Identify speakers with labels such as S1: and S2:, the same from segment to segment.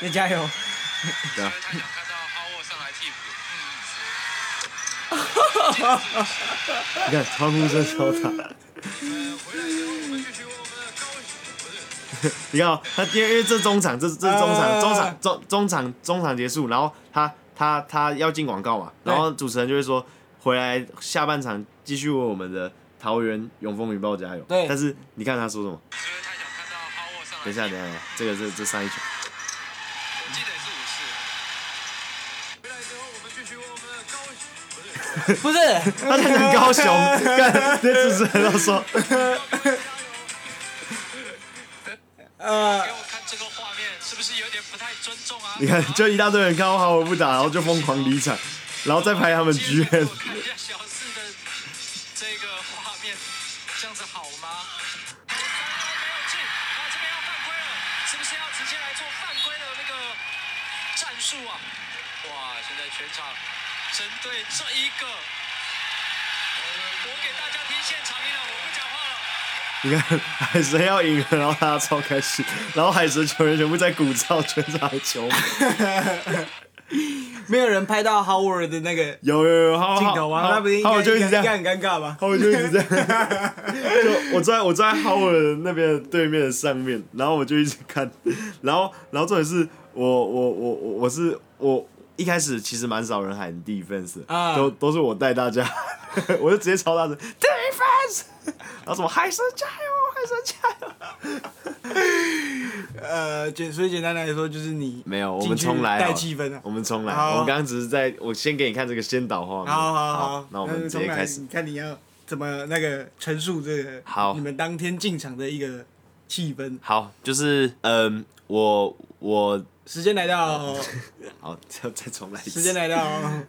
S1: 再加 油！
S2: 对啊
S3: 他想看到哈沃上来替补，
S2: 你看欢呼声超大。
S3: 嗯，呃，回来以后我们继续为我们的高不是
S2: 你看、哦，他因为因为这中场，这这是中场，
S1: 呃
S2: 中场中中场中场结束，然后他他他要进广告嘛，
S1: 对
S2: 然后主持人就会说回来下半场继续为我们的桃园永丰云豹加油。
S1: 对
S2: 但是你看他说什么？
S3: 就是他想看到哈沃上来。
S2: 等一下，等一下等一下，这个这这上一 球，
S3: 我记得也是五次。回来之后，我们继续为我们的高不是
S1: 不是，
S2: 他在很高雄，看这主持人都说，
S3: 哎加油！
S1: 呃
S3: 给，我看这个画面，是不是有点不太尊重啊？
S2: 你看就一大堆人看我好我不打，然后就疯狂离场，然后再拍他们
S3: 接
S2: 剧
S3: 着给
S2: 院
S3: 我。看一下小四的这个画面，这样子好吗？没有进，那这边要犯规了，是不是要直接来做犯规的那个战术啊？哇，现在全场针对这一个，我给大家听现场音了，我不讲话了。
S2: 你看海神要赢了，然后大家超开心，然后海神球员全部在鼓噪全场的球迷。
S1: 没有人拍到 Howard 的那个
S2: 有有有，好好
S1: 镜头吗？
S2: 好
S1: 那不是应
S2: 好
S1: 该
S2: 我就一直
S1: 应
S2: 这
S1: 该很
S2: 样，
S1: 尴尬吧？
S2: 好我就一直这样， 就我在我在 Howard 那边的对面的上面，然后我就一直看，然后然后重点是我我我我我是我一开始其实蛮少人喊 defense，、
S1: 啊
S2: 都都是我带大家， 我就直接超大声 defense，然后什么海神加油，海神加油。
S1: 呃，简所以简单来说就是你
S2: 没有，我
S1: 进
S2: 们
S1: 去
S2: 重来好
S1: 带
S2: 了
S1: 气氛啊。
S2: 我们重来。
S1: 好啊
S2: 我们刚刚只是在，我先给你看这个先导画面。
S1: 好好好，
S2: 那我们直
S1: 重
S2: 接
S1: 来
S2: 开始
S1: 你。看你要怎么那个陈述这个
S2: 好
S1: 你们当天进场的一个气氛。
S2: 好，就是嗯，我我
S1: 时间来到，
S2: 好，再 再重来一
S1: 时间
S2: 次。
S1: 来 到，啊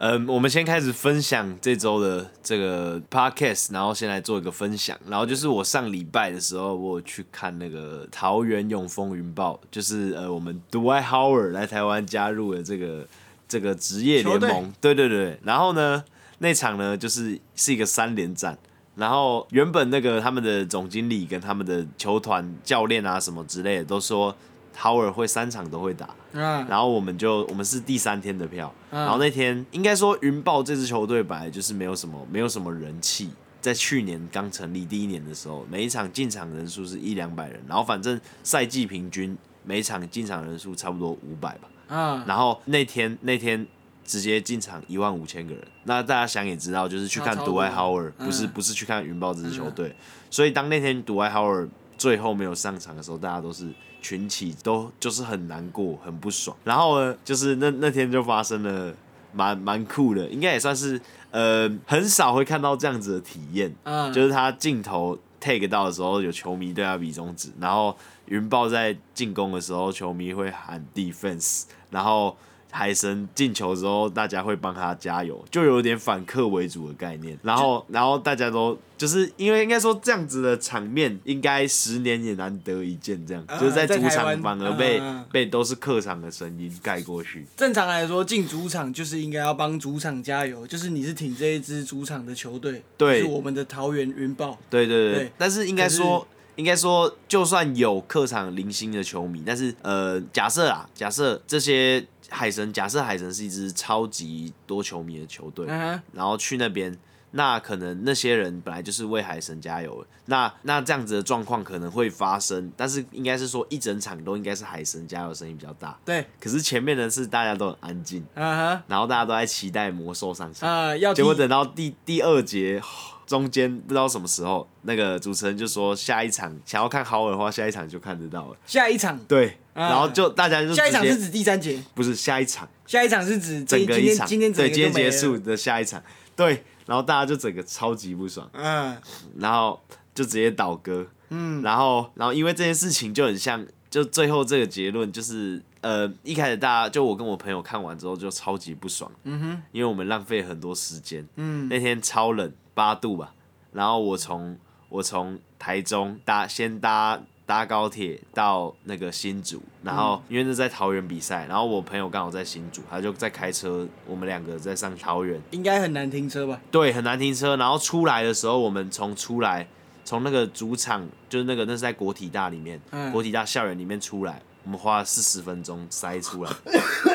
S2: 嗯，我们先开始分享这周的这个 podcast，然后先来做一个分享。然后就是我上礼拜的时候，我有去看那个桃园永丰云豹，就是呃，我们 Dwight Howard 来台湾加入了这个这个职业联盟。对对对，然后呢，那场呢就是是一个三连战。然后原本那个他们的总经理跟他们的球团教练啊什么之类的都说，Howard 会三场都会打。
S1: 嗯，
S2: 然后我们就我们是第三天的票，
S1: 嗯
S2: 然后那天应该说云豹这支球队本来就是没有什么没有什么人气，在去年刚成立第一年的时候，每一场进场人数是一两百人，然后反正赛季平均每场进场人数差不多五百吧，
S1: 嗯，
S2: 然后那天那天直接进场一万五千个人，那大家想也知道，就是去看
S1: 那超
S2: 独
S1: 多
S2: 爱 Howard，
S1: 嗯
S2: 不是、不是去看云豹这支球队，所以当那天独爱 Howard 最后没有上场的时候，大家都是群起都就是很难过，很不爽。然后呢，就是那那天就发生了蛮蛮酷的，应该也算是呃很少会看到这样子的体验，
S1: 嗯
S2: 就是他镜头 take 到的时候，有球迷对他比中指，然后云豹在进攻的时候，球迷会喊 defense，然后海神进球之后，大家会帮他加油，就有点反客为主的概念。然后，然后大家都就是因为应该说这样子的场面，应该十年也难得一见，这样、
S1: 嗯
S2: 就是在
S1: 在
S2: 主
S1: 台
S2: 场
S1: 湾
S2: 反而被、
S1: 嗯嗯嗯
S2: 被都是客场的声音盖过去。
S1: 正常来说，进主场就是应该要帮主场加油，就是你是挺这一支主场的球队，
S2: 对
S1: 就是我们的桃园云豹，
S2: 对对对，
S1: 对
S2: 但是应该
S1: 可
S2: 说，应该说，就算有客场零星的球迷，但是呃，假设啊，假设这些海神，假设海神是一支超级多球迷的球队，
S1: 嗯哼，
S2: 然后去那边，那可能那些人本来就是为海神加油的，那那这样子的状况可能会发生，但是应该是说一整场都应该是海神加油声音比较大，
S1: 对，
S2: 可是前面呢是大家都很安静，
S1: 嗯
S2: 然后大家都在期待魔兽上场
S1: 哼，。啊，要
S2: 结果
S1: 踢
S2: 等到第第二节中间不知道什么时候，那个主持人就说下一场想要看好尔的话，下一场就看得到了。
S1: 下一场，
S2: 对，
S1: 啊
S2: 然后就大家就直
S1: 下一场
S2: 接
S1: 是指第三节，
S2: 不是下一场
S1: 下一场是指这
S2: 整个一
S1: 今
S2: 场，
S1: 天今天整
S2: 对
S1: 个
S2: 今天
S1: 就没
S2: 结
S1: 了
S2: 束，的下一场，对，然后大家就整个超级不爽，
S1: 嗯
S2: 然后就直接倒戈。嗯，然后然后因为这件事情就很像，就最后这个结论就是。呃，一开始大家就我跟我朋友看完之后就超级不爽，嗯哼，因为我们浪费很多时间，
S1: 嗯，
S2: 那天超冷，八度吧。然后我从我从台中搭先搭搭高铁到那个新竹，然后因为那在桃园比赛，然后我朋友刚好在新竹，他就在开车，我们两个在上桃园，
S1: 应该很难停车吧？
S2: 对，很难停车。然后出来的时候，我们从出来从那个主场，就是那个那是在国体大里面，
S1: 嗯
S2: 国体大校园里面出来，我们花了四十分钟塞出来。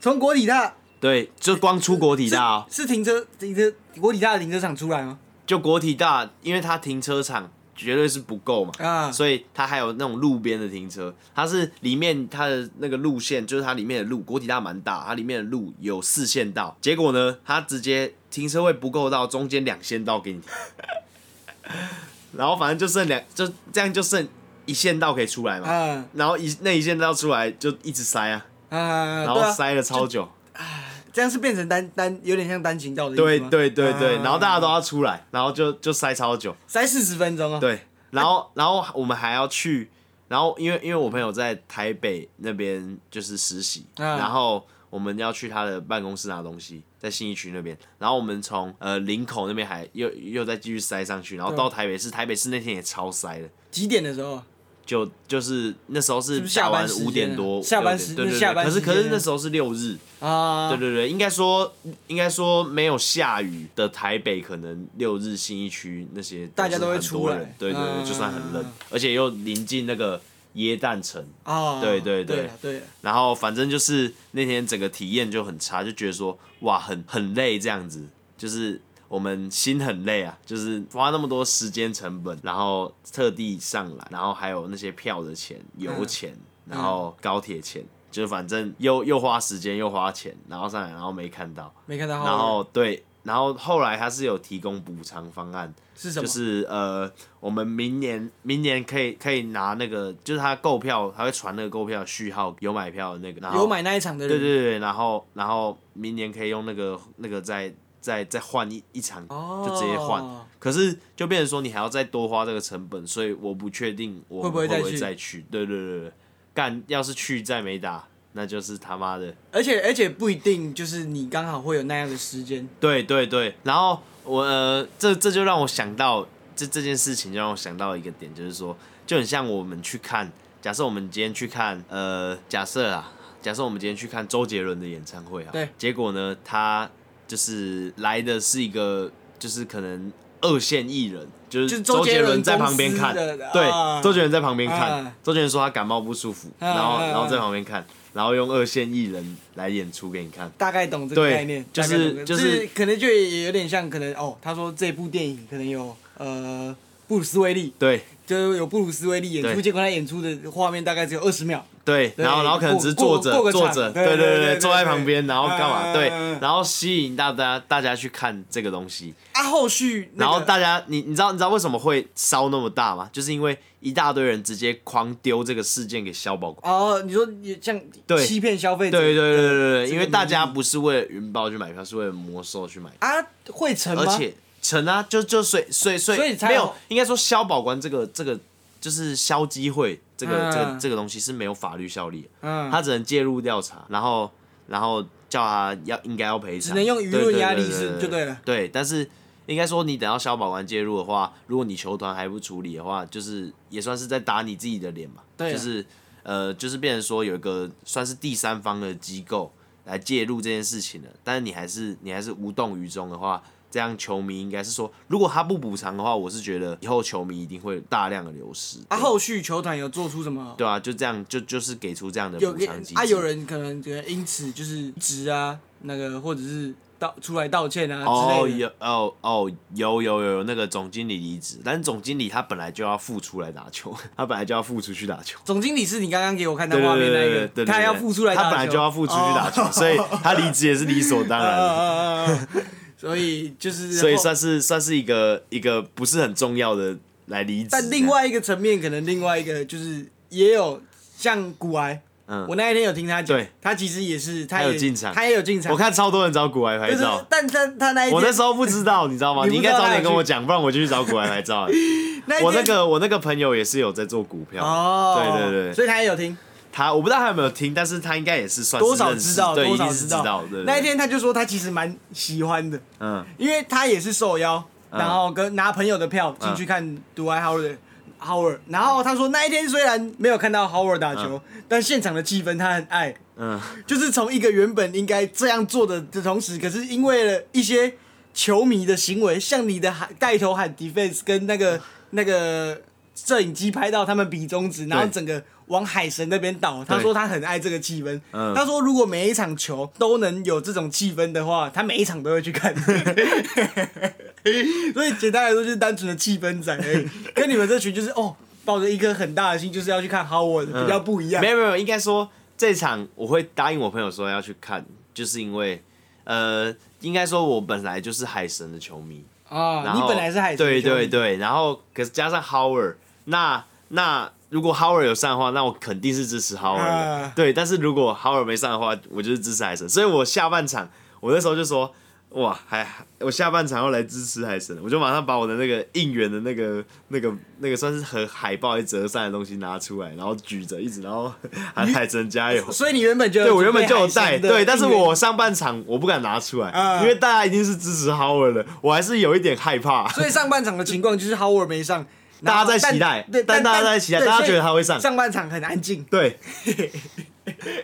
S1: 从国体大
S2: 对，就光出国体
S1: 是
S2: 大、哦，
S1: 是停车停车国体大的停车场出来吗？
S2: 就国体大，因为它停车场绝对是不够嘛，
S1: 啊
S2: 所以它还有那种路边的停车，它是里面它的那个路线，就是它里面的路，国体大蛮大，它里面的路有四线道，结果呢，它直接停车位不够到中间两线道给你停，然后反正就剩两，就这样就剩一线道可以出来嘛，
S1: 啊
S2: 然后一那一线道出来就一直塞啊，
S1: 啊，
S2: 然
S1: 对
S2: 后
S1: 啊
S2: 塞了超久，
S1: 这样是变成单单有点像单行道的意思
S2: 对
S1: 吗
S2: 对对对，
S1: 啊
S2: 然后大家都要出来，然后就就塞超久。
S1: 塞四十分钟哦。
S2: 对，然后然后我们还要去，然后因为因为我朋友在台北那边就是实习，
S1: 嗯
S2: 然后我们要去他的办公室拿东西，在信义区那边，然后我们从呃林口那边还又又再继续塞上去，然后到台北市，台北市那天也超塞的。
S1: 几点的时候？啊
S2: 就就是那时候是
S1: 是不是
S2: 打
S1: 下班
S2: 完
S1: 时
S2: 五
S1: 间
S2: 点
S1: 啊
S2: 多，
S1: 下班
S2: 6点
S1: 时
S2: 对对对，
S1: 下班
S2: 可是
S1: 时
S2: 可是
S1: 间啊
S2: 那时候是六日，
S1: 啊，
S2: 对对对，应该说应该说没有下雨的台北，可能六日信义区那些
S1: 大家
S2: 都
S1: 都
S2: 是
S1: 会
S2: 很
S1: 出
S2: 多
S1: 来
S2: 人对对对，
S1: 嗯
S2: 就算很冷，而且又临近那个耶诞城，
S1: 啊，
S2: 对对对
S1: 对啊对啊，
S2: 然后反正就是那天整个体验就很差，就觉得说哇很很累这样子，就是我们心很累啊，就是花那么多时间成本，然后特地上来，然后还有那些票的钱、油
S1: 嗯
S2: 钱，然后高铁钱，就是反正又又花时间又花钱，然后上来然后没看到。
S1: 没看到。
S2: 然后对，然后后来他是有提供补偿方案，
S1: 是什么？
S2: 就是呃，我们明年明年可以可以拿那个，就是他购票，他会传那个购票序号，有买票的那个，然后
S1: 有买那一场的
S2: 对
S1: 人。
S2: 对对，然后然后明年可以用那个那个再再再换一一场，
S1: 哦
S2: 就直接换。可是就变成说你还要再多花这个成本，所以我不确定我
S1: 会
S2: 们
S1: 不会
S2: 会
S1: 再
S2: 不会
S1: 去
S2: 再去。对对对对，干要是去再没打，那就是他妈的。
S1: 而且而且不一定就是你刚好会有那样的时间。
S2: 对对对，然后我呃，这这就让我想到这这件事情，就让我想到一个点，就是说，就很像我们去看，假设我们今天去看，呃，假设啊，假设我们今天去看周杰伦的演唱会啊，
S1: 对，
S2: 结果呢，他就是来的是一个，就是可能二线艺人。就
S1: 就是是周
S2: 周杰
S1: 杰伦
S2: 伦在旁边看，
S1: 公司的
S2: 对，
S1: 啊
S2: 周杰伦在旁边看
S1: 啊，
S2: 周杰伦说他感冒不舒服，
S1: 啊
S2: 然后
S1: 啊
S2: 然后
S1: 啊
S2: 在旁边看，然后用二线艺人来演出给你看，
S1: 大概懂这个
S2: 对
S1: 概念，
S2: 就是
S1: 大概懂这个
S2: 就是
S1: 是可能就也有点像，可能哦，他说这部电影可能有呃布鲁斯威利，
S2: 对，
S1: 就是有布鲁斯威利演出，
S2: 对
S1: 结果他演出的画面大概只有二十秒，
S2: 对，
S1: 对
S2: 然后然后可能只是坐
S1: 过
S2: 着
S1: 过个
S2: 坐
S1: 场
S2: 着，
S1: 对
S2: 对
S1: 对对
S2: 对，
S1: 对
S2: 坐在
S1: 对
S2: 旁边，然后干
S1: 嗯
S2: 嘛？对
S1: 嗯嗯，
S2: 然后吸引大家大家去看这个东西，
S1: 啊，后续那
S2: 然
S1: 个
S2: 后大家你你知道你知道为什么会烧那么大吗？就是因为一大堆人直接狂丢这个事件给消保官。
S1: 哦，你说也像
S2: 对
S1: 欺骗消费者，
S2: 对对对对对对，
S1: 这个
S2: 因为大家
S1: 名义
S2: 不是为了云豹去买票，是为了魔兽去买票，
S1: 啊，会成吗？
S2: 而且成啊，就就所以所以所
S1: 所以
S2: 以
S1: 才
S2: 没有
S1: 有，
S2: 应该说消保官这个这个就是消基会这个这个
S1: 嗯
S2: 这个东西是没有法律效力的。
S1: 嗯，
S2: 他只能介入调查，然后然后叫他要应该要赔偿，
S1: 只能用舆论压力是
S2: 对
S1: 就对了
S2: 对，但是应该说你等到消保官介入的话，如果你球团还不处理的话，就是也算是在打你自己的脸嘛。
S1: 对啊
S2: 就是呃，就是变成说有一个算是第三方的机构来介入这件事情了，但是你还是你还是无动于衷的话。这样球迷应该是说，如果他不补偿的话，我是觉得以后球迷一定会大量的流失。
S1: 啊，后续球团有做出什么？
S2: 对啊，就这样，就就是给出这样的
S1: 有
S2: 补
S1: 给
S2: 偿机制。
S1: 啊，有人可能觉得因此就是职啊，那个或者是道出来道歉啊
S2: 哦，
S1: 之类的。
S2: 有哦哦有有有有那个总经理离职，但是总经理他本来就要付出来打球，他本来就要付出去打球。
S1: 总经理是你刚刚给我看到
S2: 对对
S1: 画
S2: 对
S1: 面
S2: 对
S1: 那
S2: 对
S1: 个，
S2: 对，
S1: 他要付出来打球，
S2: 他本来就要付出去打 球，
S1: 哦
S2: 所以他离职也是理所当然的。
S1: 啊，啊啊所以就是后，
S2: 所以算是算是一个一个不是很重要的来离职。
S1: 但另，外一个层面，可能另外一个就是也有像古埃，
S2: 嗯，
S1: 我
S2: 我
S1: 那一天有听他讲
S2: 对，
S1: 他其实也是，他
S2: 他有
S1: 也
S2: 进场
S1: 他也有进场，
S2: 看超多人找古玩拍
S1: 就是
S2: 照，，
S1: 但他他那一
S2: 我那
S1: 天，
S2: 时候不知道，你知道吗？
S1: 你不
S2: 你应该
S1: 知道
S2: 早
S1: 他
S2: 点
S1: 有
S2: 跟
S1: 去
S2: 我讲，不然我就去找古玩拍照了。
S1: 那一
S2: 我那
S1: 天
S2: 个我那个朋友也是有在做股票，
S1: 哦，
S2: 对对对，
S1: 所以他也有听，
S2: 他我不知道他有没有听，但是他应该也是算是
S1: 多少
S2: 认识
S1: 知道，
S2: 对，
S1: 多
S2: 一定
S1: 少
S2: 是知
S1: 道
S2: 对对。
S1: 那一天他就说他其实蛮喜欢的，
S2: 嗯，
S1: 因为他也是受邀，
S2: 嗯
S1: 然后跟拿朋友的票进去看 Do I Howard Howard，然后他说那一天虽然没有看到 Howard 打球，但现场的气氛他很爱，
S2: 嗯，
S1: 就是从一个原本应该这样做的的同时，可是因为了一些 球迷的行为，像你的喊带头喊 defense 跟那个那个摄影机拍到他们比中指，然后
S2: 对
S1: 整个往海神那边倒。他
S2: 对
S1: 说他很爱这个气氛。
S2: 嗯
S1: 他说如果每一场球都能有这种气氛的话，他每一场都会去 看。所以简单来说就是单纯的气氛仔而已，跟你们这群就是哦，抱着一颗很大的心就是要去看 Howard 比较不一样。
S2: 没有没有，应该说这场我会答应我朋友说要去看，就是因为呃，应该说我本来就是海神的球迷，
S1: 啊，
S2: 然
S1: 你
S2: 后
S1: 本来是海神，
S2: 对对，对，然后可是加上 Howard，那那如果 Howard 有上的话，那我肯定是支持 Howard 的。
S1: 啊
S2: 对，但是如果 Howard 没上的话，我就是支持海神。所以我下半场，我那时候就说，哇，还我下半场要来支持海神，我就马上把我的那个应援的那个那个那个算是和海报还是折扇的东西拿出来，然后举着一直，然后喊海神加油。
S1: 所以你原本就
S2: 对，我原本就有
S1: 准备海
S2: 带，
S1: 神的
S2: 对，但是
S1: 应援
S2: 我上半场我不敢拿出来，
S1: 啊
S2: 因为大家一定是支持 Howard 的，我还是有一点害怕。
S1: 所以上半场的情况就是 Howard 没上，
S2: 大家在
S1: 然后但
S2: 期待
S1: 对，
S2: 但大家在期待
S1: 对
S2: 大家觉得
S1: 所以
S2: 他会上
S1: 上半场很安 静，
S2: 对，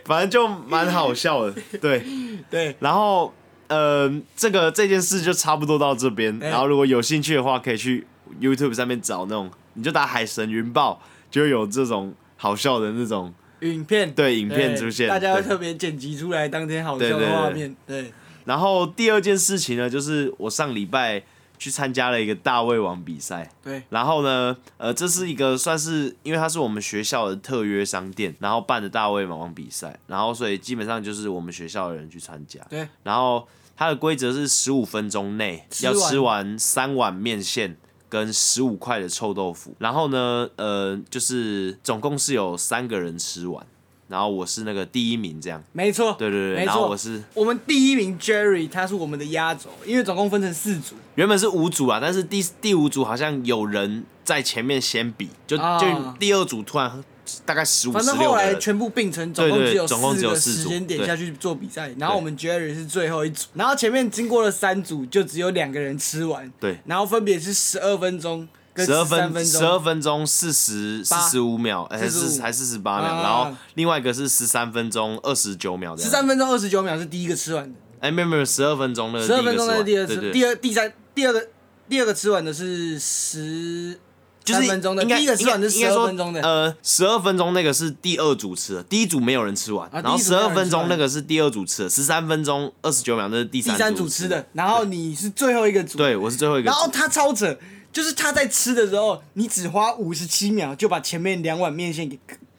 S2: 反正就蛮好笑的。对，
S1: 对，
S2: 然后呃，这个这件事就差不多到这边。
S1: 哎
S2: 然后如果有兴趣的话，可以去 YouTube 上面找那种，你就打“海神云豹”，就会有这种好笑的那种
S1: 影片
S2: 对影片出现。
S1: 大家会
S2: 对
S1: 特别剪辑出来当天好笑
S2: 对对
S1: 的
S2: 对
S1: 画面，对，
S2: 然后第二件事情呢，就是我上礼拜去参加了一个大胃王比赛。
S1: 对
S2: 然后呢，呃，这是一个算是，因为它是我们学校的特约商店，然后办的大胃王比赛，然后所以基本上就是我们学校的人去参加。
S1: 对，
S2: 然后它的规则是十五分钟内
S1: 吃
S2: 要
S1: 完
S2: 吃完三碗面线跟十五块的臭豆腐，然后呢，呃，就是总共是有三个人吃完，然后我是那个第一名这样。
S1: 没错，
S2: 对对对，
S1: 没
S2: 然后
S1: 错，
S2: 我是
S1: 我们第一名 Jerry 他是我们的压轴，因为总共分成四组，
S2: 原本是五组啊，但是第第五组好像有人在前面先比，就、
S1: 啊
S2: 就第二组突然大概十五
S1: 反
S2: 十
S1: 正
S2: 六
S1: 后
S2: 个
S1: 来
S2: 人，
S1: 全部并成，
S2: 对
S1: 总共
S2: 对
S1: 只有
S2: 总共只有
S1: 个
S2: 四组
S1: 时间点
S2: 对
S1: 下去做比赛，然后我们 Jerry 是最后一组，然后前面经过了三组，就只有两个人吃完，
S2: 对
S1: 然后分别是十二分钟跟
S2: 十二
S1: 13
S2: 分
S1: 分
S2: 十二分钟四十四
S1: 八
S2: 十五秒，哎、
S1: 45
S2: 是还四十八秒、
S1: 啊
S2: 然后另外一个是十三分钟二十九秒这
S1: 十
S2: 样，
S1: 三分钟二十九秒是第一个吃完的，
S2: 哎没有没有十二分钟那个
S1: 十二分钟
S2: 那
S1: 的第二次，
S2: 对对
S1: 第二第三第二个第二个吃完的是十
S2: 就是
S1: 三分钟的，
S2: 应该
S1: 第一个吃完的是
S2: 应
S1: 十
S2: 该
S1: 二
S2: 说
S1: 分钟的，
S2: 呃，十二分钟那个是第二组吃的，第一组没有人吃完，
S1: 啊
S2: 然
S1: 第
S2: 后
S1: 一组
S2: 十
S1: 没有人
S2: 二
S1: 吃完
S2: 分钟那个是第二组吃的，十三分钟二十九秒那是第
S1: 第
S2: 三
S1: 三组
S2: 组
S1: 吃的，，然后你是最后一个组，
S2: 对我是最后一个
S1: 然
S2: 组，
S1: 后他超扯，就是他在吃的时候，你只花五十七秒就把前面两碗面线给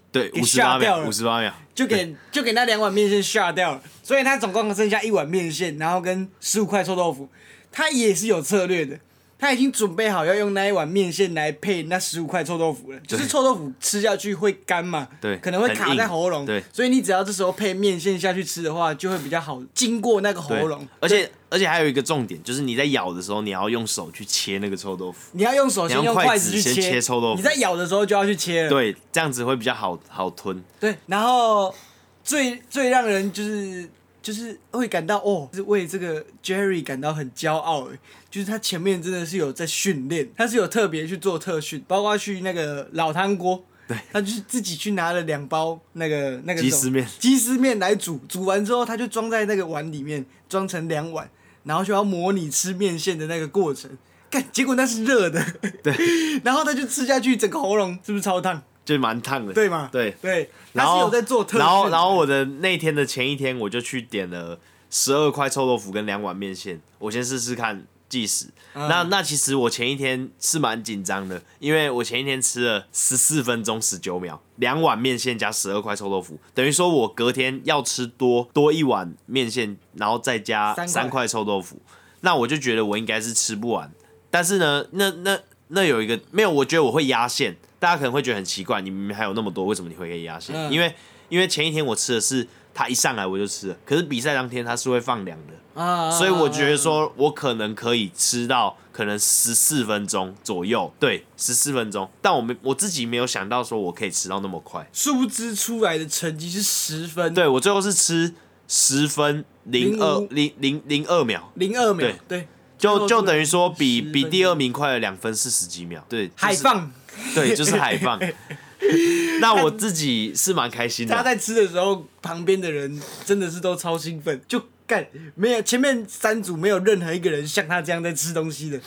S2: 对
S1: 给
S2: 五十
S1: 吓
S2: 八
S1: 掉
S2: 秒
S1: 了
S2: 五十八秒，
S1: 就给就给那两碗面线下掉了，所以他总共剩下一碗面线，然后跟十五块臭豆腐，他也是有策略的，他已经准备好要用那一碗面线来配那十五块臭豆腐了，就是臭豆腐吃下去会干嘛，
S2: 对
S1: 可能会卡
S2: 很
S1: 在
S2: 硬
S1: 喉咙，
S2: 对
S1: 所以你只要这时候配面线下去吃的话，就会比较好经过那个喉
S2: 对
S1: 咙，
S2: 而且而且还有一个重点，就是你在咬的时候，你要用手去切那个臭豆腐，
S1: 你要用手
S2: 你
S1: 先
S2: 要
S1: 用
S2: 筷
S1: 筷
S2: 子
S1: 子去
S2: 先切臭豆腐
S1: 你在咬的时候就要去切了，
S2: 对，这样子会比较好好吞。
S1: 对，然后最最让人就是就是会感到哦，是为这个 Jerry 感到很骄傲耶，就是他前面真的是有在训练，他是有特别去做特训，包括去那个老汤锅。对，他就是自己去拿了两包那个那个
S2: 鸡
S1: 什么
S2: 丝面
S1: 鸡丝面来煮，煮完之后他就装在那个碗里面，装成两碗，然后就要模拟吃面线的那个过程。干，结果那是热的，对， 然后他就吃下去，整个喉咙是不是超烫？
S2: 就蛮烫的，
S1: 对吗？
S2: 对，
S1: 对，
S2: 然
S1: 他
S2: 后
S1: 是有在做特训的
S2: 然后然后我的那天的前一天，我就去点了十二块臭豆腐跟两碗面线，我先试试看计时。
S1: 嗯
S2: 那那其实我前一天是蛮紧张的，因为我前一天吃了十四分钟十九秒，两碗面线加十二块臭豆腐，等于说我隔天要吃多多一碗面线，然后再加
S1: 三块
S2: 三块臭豆腐，那我就觉得我应该是吃不完。但是呢，那那那有一个没有，我觉得我会压线，大家可能会觉得很奇怪，你明明还有那么多，为什么你会可以压线？
S1: 嗯
S2: 因为因为前一天我吃的是他一上来我就吃了，可是比赛当天他是会放凉的，
S1: 啊，
S2: 所以我觉得说
S1: 嗯
S2: 我可能可以吃到可能十四分钟左右，对，十四分钟，但我没我自己没有想到说我可以吃到那么快，
S1: 殊不知出来的成绩是十分，
S2: 对我最后是吃十分零二
S1: 05
S2: 零零零二秒，
S1: 零二秒，对，
S2: 就就等于说比
S1: 10
S2: 比
S1: 分
S2: 第二名快了两分四十几秒，对，就是
S1: 海放。
S2: 对，就是海放。那我自己是蛮开心的
S1: 他
S2: 啊，
S1: 在吃的时候，旁边的人真的是都超兴奋，就干没有前面三组没有任何一个人像他这样在吃东西的，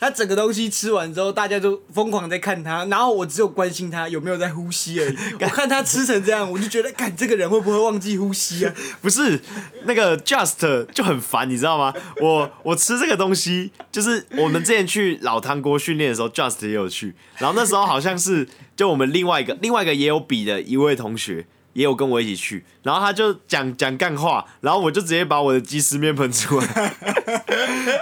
S1: 他整个东西吃完之后，大家都疯狂在看他，然后我只有关心他有没有在呼吸 而已。我看他吃成这样，我就觉得，看这个人会不会忘记呼吸啊？
S2: 不是那个 Just 就很烦，你知道吗？我我吃这个东西，就是我们之前去老汤锅训练的时候，Just 也有去，然后那时候好像是就我们另外一个另外一个也有比的一位同学。也有跟我一起去，然后他就讲讲干话，然后我就直接把我的鸡丝面喷出来，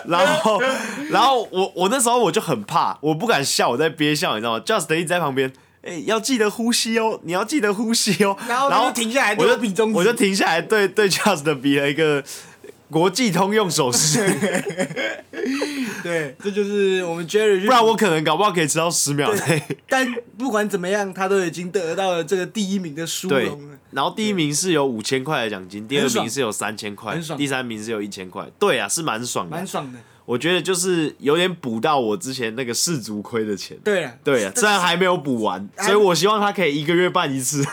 S2: 然后 然后我我那时候我就很怕，我不敢笑，我在憋笑，你知道吗？Just 一直在旁边，哎、要记得呼吸哦，你要记得呼吸哦，
S1: 然后他就停下来
S2: 我就
S1: 对我比中指
S2: 我就停下来对对 Just 的比了一个国际通用 手势，
S1: 对，这就是我们 Jerry 去。
S2: 不然我可能搞不好可以吃到十秒内。
S1: 但不管怎么样，他都已经得到了这个第一名的殊
S2: 对
S1: 荣了。，
S2: 然后第一名是有五千块的奖金，第二
S1: 很爽
S2: 名是有三千块
S1: 很，爽
S2: 第三名是有一千块。对啊，是蛮爽的
S1: 蛮。爽的。
S2: 我觉得就是有点补到我之前那个氏族亏的钱。
S1: 对啊
S2: 对啊，
S1: 但是
S2: 虽然还没有补完，所以我希望他可以一个月办 一次，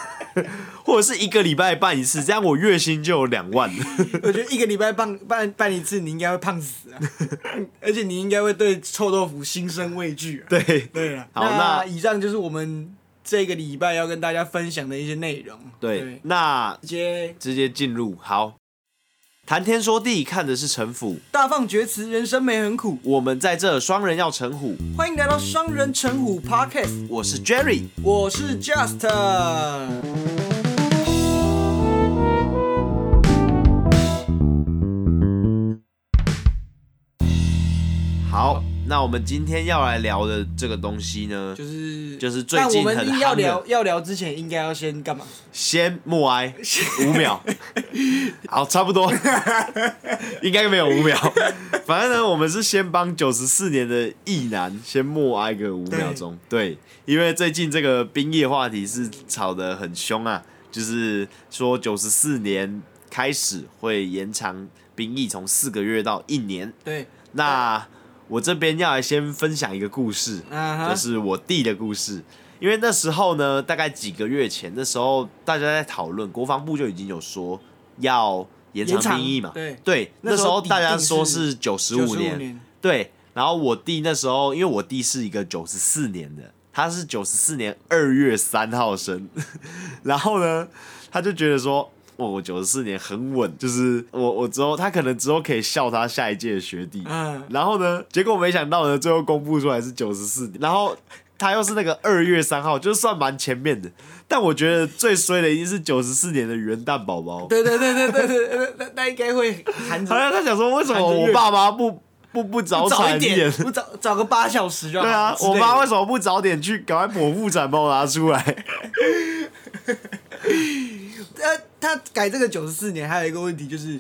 S2: 或者是一个礼拜办一次，这样我月薪就有 两万了。
S1: 我觉得一个礼拜办办办一次，你应该会胖死啊， 而且你应该会对臭豆腐心生畏惧、啊。
S2: 对
S1: 对啊，
S2: 好那
S1: 以上就是我们这个礼拜要跟大家分享的一些内容。
S2: 对，，那
S1: 直接
S2: 直接进入好。谈天说地，看的是城府。
S1: 大放厥词，人生没很苦。
S2: 我们在这双人要城府。
S1: 欢迎来到双人成虎 Podcast，
S2: 我是 Jerry，
S1: 我是 Just。
S2: 好，那我们今天要来聊的这个东西呢，
S1: 就是
S2: 就是最
S1: 但
S2: 近
S1: 我们
S2: 很
S1: 硬要
S2: 夯的
S1: 聊要聊之前，应该要先干嘛？
S2: 先默哀五秒，好，差不多，应该没有五秒。反正呢，我们是先帮九十四年的意男先默哀个五秒钟，对，因为最近这个兵役话题是吵得很凶啊，就是说九十四年开始会延长兵役从四个月到一年，
S1: 对，
S2: 那我这边要来先分享一个故事
S1: 啊哈
S2: 就是我弟的故事。因为那时候呢，大概几个月前，那时候大家在讨论，国防部就已经有说要
S1: 延
S2: 延长
S1: 长
S2: 兵役嘛。
S1: 对
S2: 那
S1: 那
S2: 时候
S1: 时候
S2: 大家
S1: 一定是
S2: 说是九十
S1: 95
S2: 五年，
S1: 年
S2: 对。然后我弟那时候，因为我弟是一个九十四年的，他是九十四年二月三号生，然后呢，他就觉得说，哦，我九十四年很稳，就是我我之后他可能之后可以笑他下一届的学弟，
S1: 嗯，
S2: 然后呢，结果没想到呢，最后公布出来是九十四，然后他又是那个二月三号，就算蛮前面的。但我觉得最衰的一定是九十四年的元旦宝宝，
S1: 对对对对对对对，那那那应该会含
S2: 好
S1: 着
S2: 像他想说为什么我爸妈不不不早
S1: 早
S2: 产
S1: 一点， 我早早个八小时就好。
S2: 对啊，
S1: 之类
S2: 我
S1: 的
S2: 妈为什么不早点去赶快剖腹产帮我拿出来？
S1: 呃，他改这个九十四年，还有一个问题就是，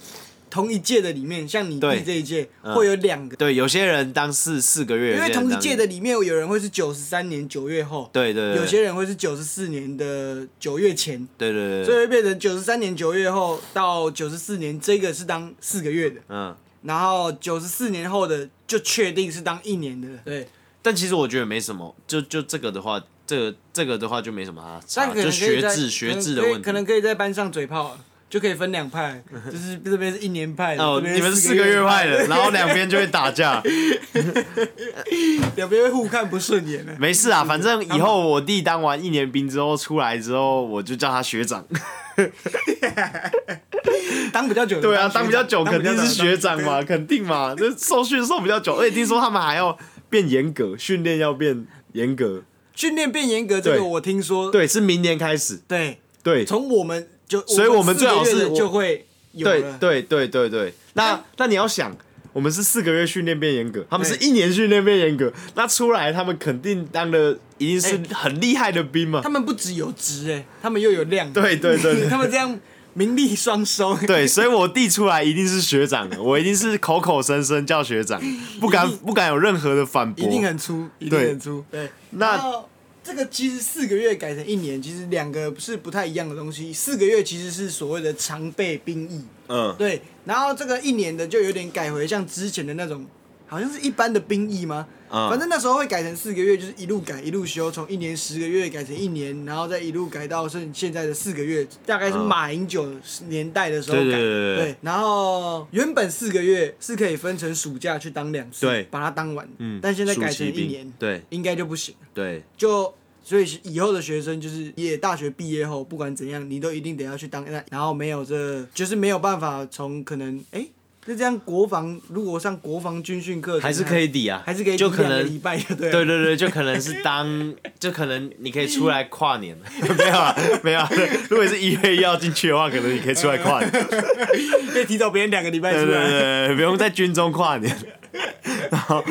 S1: 同一届的里面，像你
S2: 对
S1: 弟这一届
S2: 嗯
S1: 会有两个，
S2: 对，有些人当四四个月，
S1: 因为
S2: 有些人
S1: 同一
S2: 当
S1: 届的里面有人会是九十三年九月后，
S2: 对对对，
S1: 有些人会是九十四年的九月前，
S2: 对对对，对
S1: 所以会变成九十三年九月后到九十四年这个是当四个月的，
S2: 嗯。
S1: 然后九十四年后的就确定是当一年的了，对，
S2: 但其实我觉得没什么，就就这个的话，这个这个的话就没什么啊，
S1: 但可能
S2: 就
S1: 可以
S2: 学
S1: 在
S2: 制学制的问
S1: 可能可以
S2: 题，
S1: 可能可以在班上嘴炮。就可以分两派， 就是这边是一年派的，
S2: 哦，
S1: 这边
S2: 你们是四个月派的，然后两边就会打架。
S1: 两边会互看不顺眼的。
S2: 没事啊，反正以后我弟当完一年兵之后出来之后，我就叫他 学长。
S1: 当比较久的，
S2: 对啊，当
S1: 学
S2: 比较久
S1: 当
S2: 肯定
S1: 当
S2: 是学长嘛，肯定嘛，这受训受比较久，而且听说他们还要变严格，训练要变严格。
S1: 训练变严格，这个
S2: 对
S1: 我听说，
S2: 对，是明年开始。
S1: 对，
S2: 对，
S1: 从我们就，
S2: 所以我们最好是
S1: 四个月的
S2: 我
S1: 就会有
S2: 对
S1: 了，
S2: 对对对对。那那你要想，我们是四个月训练变严格，他们是一年训练变严格，那出来他们肯定当的一定是很厉害的兵嘛
S1: 哎他。们不只有值哎，他们又有量，
S2: 对对对 对
S1: 他们这样名利双收，
S2: 对，所以我弟出来一定是学长的，我一定是口口声声叫 学长，不敢不敢有任何的反驳。
S1: 一定很粗，一定很粗，对，
S2: 那
S1: 然后这个其实四个月改成一年，其实两个是不太一样的东西。四个月其实是所谓的常备兵役，
S2: 嗯，
S1: 对，然后这个一年的就有点改回像之前的那种，好像是一般的兵役吗？
S2: 嗯
S1: 反正那时候会改成四个月，就是一路改一路修，从一年十个月改成一年，然后再一路改到剩现在的四个月，大概是
S2: 嗯
S1: 马英九年代的时候改。
S2: 对对对对对
S1: 对。然后原本四个月是可以分成暑假去当两次，
S2: 对
S1: 把它当完。
S2: 嗯
S1: 但现在改
S2: 暑
S1: 成
S2: 期
S1: 一
S2: 兵
S1: 年，
S2: 对
S1: 应该就不行了。
S2: 对，
S1: 就所以以后的学生就是也大学毕业后，不管怎样，你都一定得要去当然后没有这就是没有办法从可能哎，那这样国防如果上国防军训课程
S2: 还是可以，抵啊，
S1: 还是可以
S2: 就
S1: 抵
S2: 可
S1: 两个
S2: 能
S1: 礼拜就对了
S2: 对对对，就可能是当， 就可能你可以出来跨年， 没有啊，没有啊。如果你是一月一号进去的话，可能你可以出来跨年，对
S1: 可以提早别人两个礼拜
S2: 对
S1: 出
S2: 对
S1: 来，
S2: 对，不用在军中跨年。
S1: 好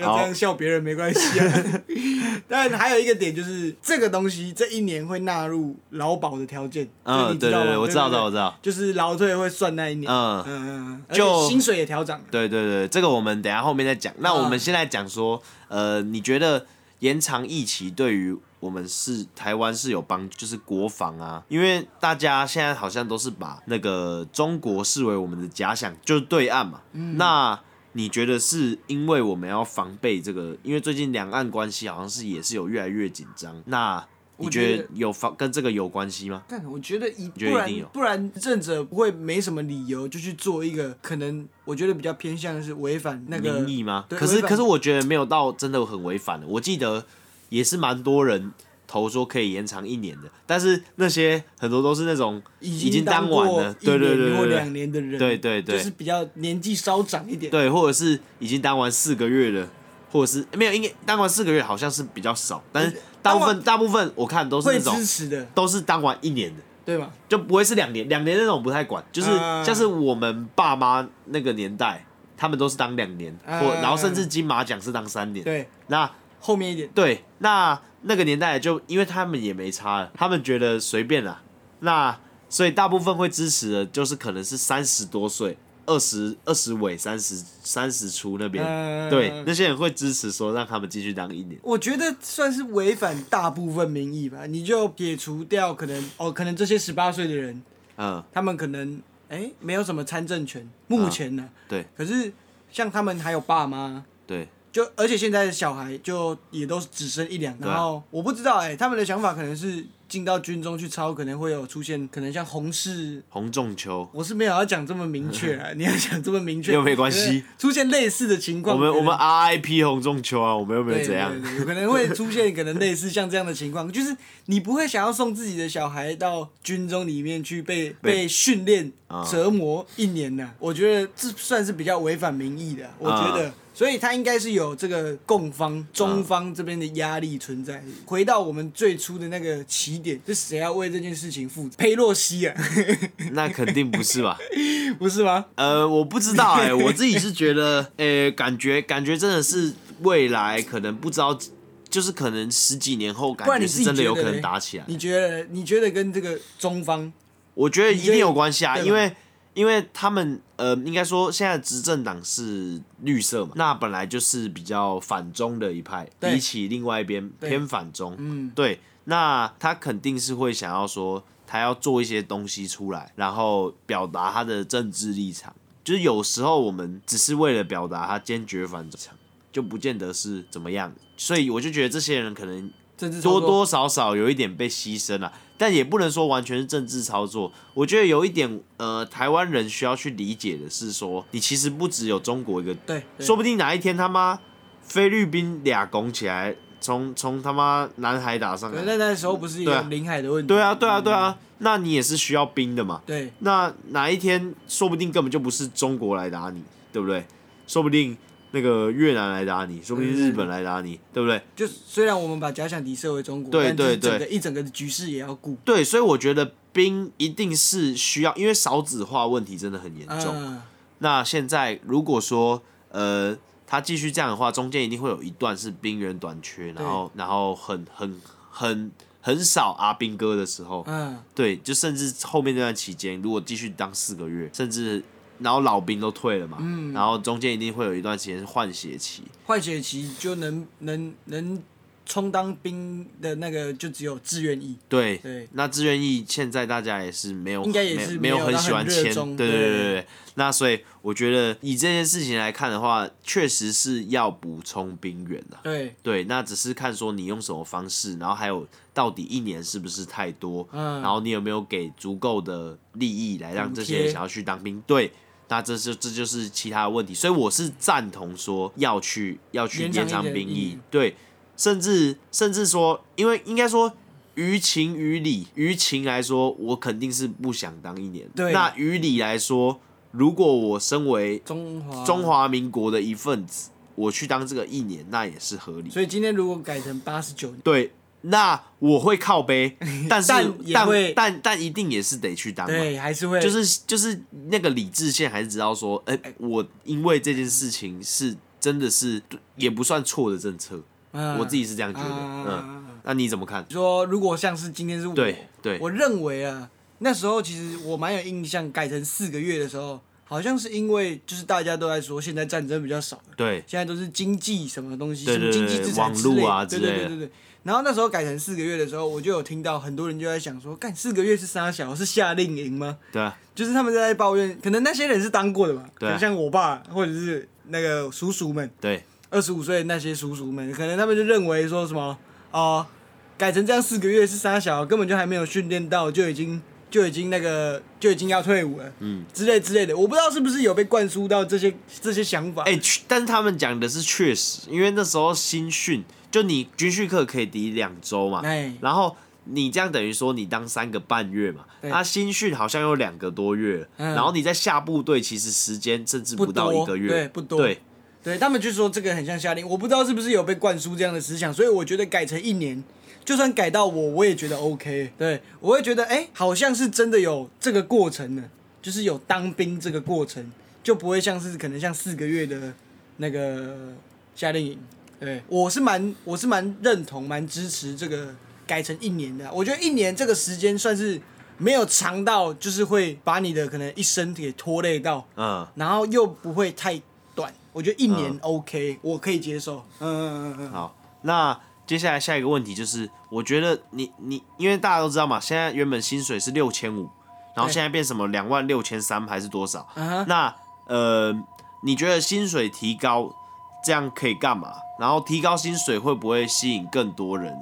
S1: 要这样笑别人没关系啊。 但还有一个点就是这个东西这一年会纳入劳保的条件，这
S2: 嗯，
S1: 你
S2: 对
S1: 知道
S2: 对
S1: 吗
S2: 对，我知道，
S1: 对
S2: 知道，我知道。
S1: 就是劳退会算那一年，
S2: 嗯
S1: 嗯嗯，嗯
S2: 就
S1: 而且薪水也调涨了，
S2: 对对对，这个我们等一下后面再讲。那我们
S1: 啊
S2: 先来讲说，呃，你觉得延长疫期对于我们是台湾是有帮，就是国防啊，因为大家现在好像都是把那个中国视为我们的假想，就是对岸嘛。那你觉得是因为我们要防备这个？因为最近两岸关系好像是也是有越来越紧张。那你
S1: 我觉
S2: 觉
S1: 得
S2: 得有防跟这个有关系吗？
S1: 但我觉得一
S2: 觉得
S1: 不然
S2: 一定有
S1: 不然执政者不会没什么理由就去做一个可能我觉得比较偏向是违反那个
S2: 民意吗？
S1: 对
S2: 可是
S1: 违反
S2: 可是我觉得没有到真的很违反的。我记得也是蛮多人投说可以延长一年的，但是那些很多都是那种
S1: 已
S2: 经
S1: 当
S2: 当完了，
S1: 过
S2: 对
S1: 一
S2: 对
S1: 年
S2: 对
S1: 或
S2: 对
S1: 两
S2: 对，
S1: 年的人，
S2: 对对对
S1: 就是比较年纪稍长一点，
S2: 对，或者是已经当完四个月了，或者是没有，应该当完四个月好像是比较少，但是大部分大部分我看都是
S1: 会
S2: 那种
S1: 支持的，
S2: 都是当完一年的。
S1: 对吧？
S2: 就不会是两年，两年那种不太管，就是
S1: 嗯
S2: 像是我们爸妈那个年代，他们都是当两年，或
S1: 嗯
S2: 然后甚至金马奖是当三年。
S1: 对，
S2: 那
S1: 后面一点，
S2: 对，那那个年代就因为他们也没差了，他们觉得随便啦。那所以大部分会支持的，就是可能是三十多岁、二十二十尾、三十三十出那边，
S1: 嗯
S2: 对那些人会支持说让他们继续当一年。
S1: 我觉得算是违反大部分民意吧，你就撇除掉可能哦，可能这些十八岁的人，
S2: 嗯，
S1: 他们可能哎没有什么参政权，目前呢、
S2: 对
S1: 可是像他们还有爸妈。
S2: 对，
S1: 就而且现在的小孩就也都只生一两，
S2: 啊
S1: 然后我不知道哎、他们的想法可能是进到军中去操，可能会有出现，可能像红事，
S2: 洪仲秋，
S1: 我是没有要讲这么明确 啊，你要讲这么明确
S2: 又没关系，
S1: 出现类似的情
S2: 我
S1: 况，
S2: 们
S1: 可能
S2: 我们 RIP 洪仲秋啊，我们又没
S1: 对
S2: 有怎样
S1: 对。对有可能会出现可能类似像这样的情况， 就是你不会想要送自己的小孩到军中里面去被
S2: 被
S1: 被训练
S2: 啊
S1: 折磨一年呢、我觉得这算是比较违反民意的啊、我觉得。所以他应该是有这个共方、
S2: 啊
S1: 中方这边的压力存在。回到我们最初的那个起点，是谁要为这件事情负责？佩洛西啊，
S2: 那肯定不是吧？
S1: 不是吗？
S2: 呃，我不知道哎、我自己是觉得， 呃、感觉感觉真的是未来可能不知道，就是可能十几年后，感
S1: 不然
S2: 觉
S1: 你自
S2: 是
S1: 己
S2: 真的有
S1: 觉
S2: 可
S1: 得
S2: 能
S1: 嘞
S2: 打起来。
S1: 你觉得？你觉得跟这个中方
S2: 我觉得一定有关系啊，
S1: 你觉得
S2: 因为因为他们呃，应该说现在执政党是绿色嘛，那本来就是比较反中的一派，
S1: 对
S2: 比起另外一边
S1: 对
S2: 偏反中，
S1: 嗯
S2: 对，那他肯定是会想要说，他要做一些东西出来，然后表达他的政治立场。就是有时候我们只是为了表达他坚决反中，就不见得是怎么样。所以我就觉得这些人可能
S1: 政治操
S2: 多
S1: 作
S2: 多少少有一点被牺牲了、但也不能说完全是政治操作。我觉得有一点，呃，台湾人需要去理解的是说，你其实不只有中国一个，
S1: 对对
S2: 说不定哪一天他妈菲律宾俩拱起来，从从他妈南海打上
S1: 可是
S2: 来，
S1: 那那时候不是
S2: 对
S1: 有
S2: 啊
S1: 领海的问题？
S2: 对啊，对啊，对啊，那你也是需要兵的嘛。
S1: 对，
S2: 那哪一天说不定根本就不是中国来打你，对不对？说不定那个越南来打你，说不定
S1: 对对
S2: 日本来打你，对不对？
S1: 就虽然我们把假想敌设为中国，
S2: 对
S1: 但就是
S2: 对对
S1: 整个一整个的局势也要顾。
S2: 对，所以我觉得兵一定是需要，因为少子化问题真的很严重。
S1: 嗯，
S2: 那现在如果说呃，他继续这样的话，中间一定会有一段是兵源短缺，然后然后很很很很少阿兵哥的时候，
S1: 嗯，
S2: 对，就甚至后面这段期间，如果继续当四个月，甚至然后老兵都退了嘛，
S1: 嗯
S2: 然后中间一定会有一段时间是换血期，
S1: 换血期就能能能充当兵的那个就只有志愿役，
S2: 对，
S1: 对
S2: 那志愿役现在大家也是没有，
S1: 应该也是
S2: 没
S1: 没
S2: 有
S1: 有
S2: 没有很喜欢
S1: 到
S2: 签，
S1: 很
S2: 对
S1: 热衷
S2: 对对
S1: 对
S2: 对对。那所以我觉得以这件事情来看的话，确实是要补充兵员啊。
S1: 对，
S2: 对，那只是看说你用什么方式，然后还有到底一年是不是太多，
S1: 嗯
S2: 然后你有没有给足够的利益来让这
S1: 补
S2: 些人
S1: 贴
S2: 想要去当兵？对，那这就这就是其他的问题，所以我是赞同说要去要去
S1: 延长
S2: 延
S1: 一
S2: 长
S1: 点
S2: 兵
S1: 嗯
S2: 役，对，甚至甚至说，因为应该说。于情于理，于情来说，我肯定是不想当一年。
S1: 对
S2: 那于理来说，如果我身为
S1: 中华
S2: 中，华民国的一份子，我去当这个一年，那也是合理。
S1: 所以今天如果改成八十九，
S2: 对，那我会 靠背，但是
S1: 但也
S2: 但
S1: 会
S2: 但但一定也是得去当嘛。
S1: 对，还是会
S2: 就是就是那个理智线还是知道说，哎、我因为这件事情是真的是也不算错的政策，我自己是这样觉得。
S1: 啊
S2: 嗯，那你怎么看？
S1: 嗯说，如果像是今天是我，
S2: 对对
S1: 我认为啊，那时候其实我蛮有印象，改成四个月的时候，好像是因为就是大家都在说现在战争比较少了，
S2: 对
S1: 现在都是经济什么东西，
S2: 对对
S1: 什么经济制裁
S2: 网络啊
S1: 之
S2: 之类
S1: 对
S2: 的
S1: 对对对对。然后那时候改成四个月的时候，我就有听到很多人就在想说，干四个月是啥小是夏令营吗？
S2: 对啊，
S1: 就是他们在抱怨，可能那些人是当过的吧，
S2: 对啊
S1: 可能像我爸或者是那个叔叔们，
S2: 对
S1: 二十五岁的那些叔叔们，可能他们就认为说什么哦、改成这样四个月是傻小，根本就还没有训练到，就已经就已经那个就已经要退伍了，
S2: 嗯，
S1: 之类之类的。我不知道是不是有被灌输到这些这些想法。
S2: 哎、确但是他们讲的是确实，因为那时候新训，就你军训课可以抵两周嘛，
S1: 哎
S2: 然后你这样等于说你当三个半月嘛，
S1: 对
S2: 那新训好像有两个多月，
S1: 嗯
S2: 然后你在下部队其实时间甚至
S1: 不
S2: 到
S1: 多
S2: 一个月，
S1: 对不多
S2: 对
S1: 对他们就说这个很像夏令，我不知道是不是有被灌输这样的思想，所以我觉得改成一年，就算改到我，我也觉得 OK。对，我会觉得哎、好像是真的有这个过程呢，就是有当兵这个过程，就不会像是可能像四个月的那个夏令营。对，我是蛮我是蛮认同蛮支持这个改成一年的啊，我觉得一年这个时间算是没有长到，就是会把你的可能一身体给拖累到。
S2: 嗯，
S1: 然后又不会太短，我觉得一年
S2: 嗯
S1: OK，、我可以接受。嗯嗯嗯嗯，
S2: 好，那接下来下一个问题就是，我觉得你你因为大家都知道嘛，现在原本薪水是六千五，然后
S1: 对
S2: 现在变什么两万六千三还是多少？
S1: 啊哈，
S2: 那呃，你觉得薪水提高这样可以干嘛？然后提高薪水会不会吸引更多人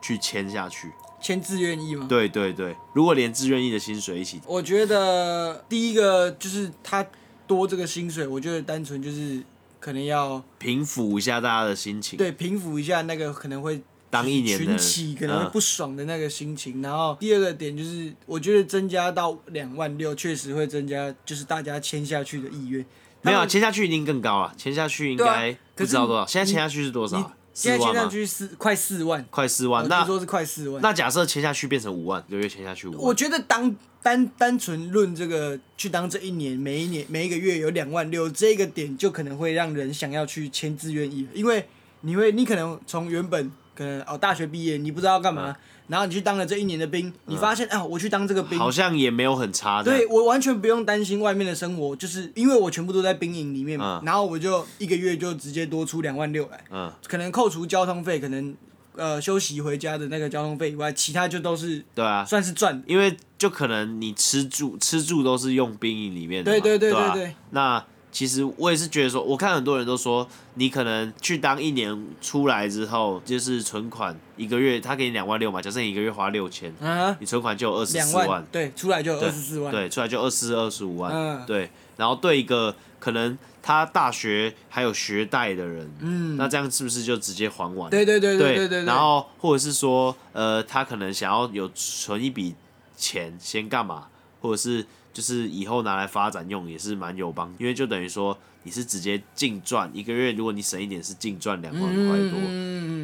S2: 去签下去？
S1: 签自愿意吗？，
S2: 对对对，如果连自愿意的薪水一起，
S1: 我觉得第一个就是他多这个薪水，我觉得单纯就是可能要
S2: 平复一下大家的心情。，
S1: 对平复一下那个可能会
S2: 当一年的
S1: 群
S2: 嗯
S1: 起可能会不爽的那个心情。然后第二个点就是，我觉得增加到两万六确实会增加，就是大家签下去的意愿。
S2: 没有
S1: 他
S2: 啊
S1: 们
S2: 签下去一定更高啊，签下去应该
S1: 对啊
S2: 不
S1: 可是
S2: 知道多少，现在
S1: 你
S2: 签下去是多少
S1: 你
S2: 啊？四
S1: 现在
S2: 万
S1: 签
S2: 吗
S1: 上？去四快四万，
S2: 快四万。
S1: 我
S2: 那
S1: 听说是快四万。
S2: 那假设签下去变成五万，六月签下去五万，
S1: 我觉得当单单纯论这个去当这一年，每一年每一个月有两万六，这个点就可能会让人想要去签志愿役了，因为你会你可能从原本可能哦大学毕业你不知道干
S2: 嗯
S1: 嘛，然后你去当了这一年的兵，你发现啊我去当这个兵，
S2: 好像也没有很差的。
S1: 对我完全不用担心外面的生活，就是因为我全部都在兵营里面嘛，
S2: 嗯
S1: 然后我就一个月就直接多出两万六来，
S2: 嗯，
S1: 可能扣除交通费，可能呃休息回家的那个交通费以外，其他就都是
S2: 对啊，
S1: 算是赚的。
S2: 因为就可能你吃住吃住都是用兵营里面的
S1: 对
S2: 嘛，
S1: 对对
S2: 对吧
S1: 对对
S2: 那其实我也是觉得说，我看很多人都说，你可能去当一年出来之后，就是存款一个月，他给你两万六嘛，假设你一个月花六千，
S1: 啊，
S2: 你存款就有二十
S1: 两
S2: 四
S1: 万，对，出来就有
S2: 对
S1: 二十四万，
S2: 对，出来就二四二十五万，
S1: 嗯
S2: 对，然后对一个可能他大学还有学贷的人，嗯，那这样是不是就直接还完？
S1: 对对对对
S2: 对
S1: 对对，
S2: 然后或者是说，呃，他可能想要有存一笔钱，先干嘛？或者是就是以后拿来发展用也是蛮有帮，因为就等于说你是直接净赚一个月，如果你省一点是净赚两万块多，
S1: 嗯，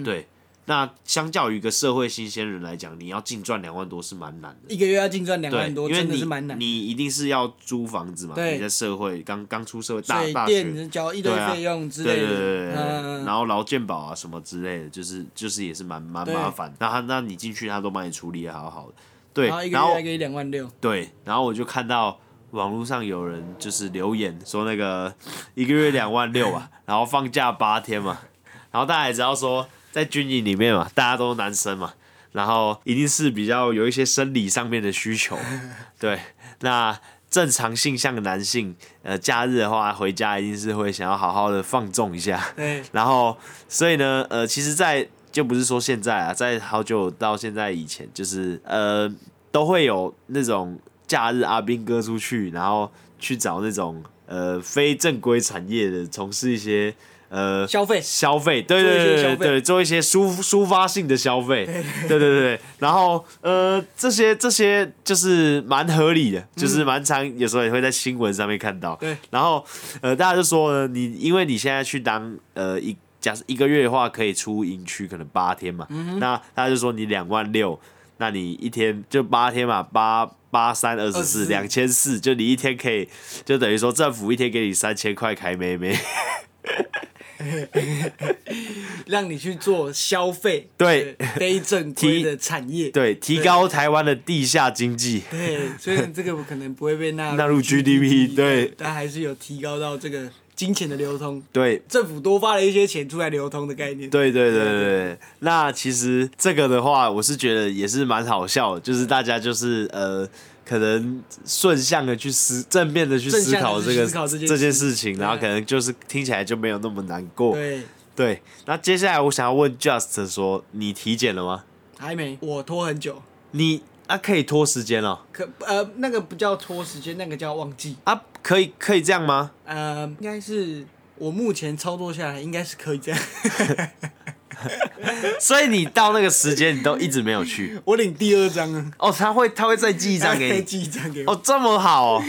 S1: 嗯嗯
S2: 对。那相较于一个社会新鲜人来讲，你要净赚两万多是蛮难的，
S1: 一个月要净赚两
S2: 对，
S1: 万多，
S2: 因为
S1: 真的
S2: 你
S1: 是蛮难，
S2: 你一定是要租房子嘛，
S1: 对
S2: 你在社会刚刚出社会大
S1: 水
S2: 大学
S1: 电交一堆
S2: 对啊
S1: 费用之
S2: 对
S1: 类
S2: 对对
S1: 的，
S2: 对对，
S1: 嗯，
S2: 然后劳健保啊什么之类的，就是就是也是蛮蛮
S1: 对
S2: 麻烦。然后他那你进去，他都帮你处理的好好的。对，
S1: 然后一个
S2: 然
S1: 月
S2: 后
S1: 还给两万六，
S2: 对，然后我就看到网络上有人就是留言说 那个一个月两万六啊，然后放假八天嘛，然后大家也知道说在军营里面嘛，大家都是男生嘛，然后一定是比较有一些生理上面的需 求，对，那。正常性向的男性，呃，假日的话回家一定是会想要好好的放纵一下，
S1: 对，
S2: 然后，所以呢，呃，其实在，就不是说现在啊，在好久到现在以前，就是呃，都会有那种假日阿兵哥出去，然后去找那种呃非正规产业的，从事一些呃
S1: 消费
S2: 消费，对
S1: 做一
S2: 对
S1: 些
S2: 对
S1: 消
S2: 对
S1: 费
S2: 对，做一些抒抒发性的消费，对对对对。然后呃，这些这些就是蛮合理的，就是蛮常有时候也会在新闻上面看到。
S1: 对，
S2: 然后呃，大家就说呢，你因为你现在去当呃一。假设一个月的话，可以出营区可能八天嘛，那大家就说你两万六，那你一天就八天嘛，八八三二十四，两千四，就你一天可以，就等于说政府一天给你三千块开妹 妹，
S1: 让你去做消费，
S2: 对
S1: 是非正规的产业，
S2: 对，提高台湾的地下经济。
S1: 对，虽然这个可能不会被纳
S2: 纳入 GDP 对
S1: 但还是有提高到这个金钱的流通，
S2: 对，
S1: 政府多发了一些钱出来流通的概念，
S2: 对对对对对。那其实这个的话，我是觉得也是蛮好笑的，就是大家就是呃，可能顺向的去思，正面的去
S1: 正
S2: 思
S1: 向地
S2: 考
S1: 去
S2: 这个
S1: 思考这件
S2: 件
S1: 事
S2: 事情，然后
S1: 对
S2: 可能就是听起来就没有那么难过。
S1: 对，
S2: 对，那接下来我想要问 Just 说，你体检了吗？
S1: 还没，我拖很久，
S2: 你啊可以拖时间哦，
S1: 可呃那个不叫拖时间，那个叫忘记，
S2: 啊可以可以这样吗？
S1: 呃，应该是我目前操作下来应该是可以 这样，
S2: 所以你到那个时间你都一直没有去
S1: 我领第二张啊，
S2: 哦，他会他会再寄一
S1: 一
S2: 张给你
S1: 寄一张给我，
S2: 哦，这么好哦。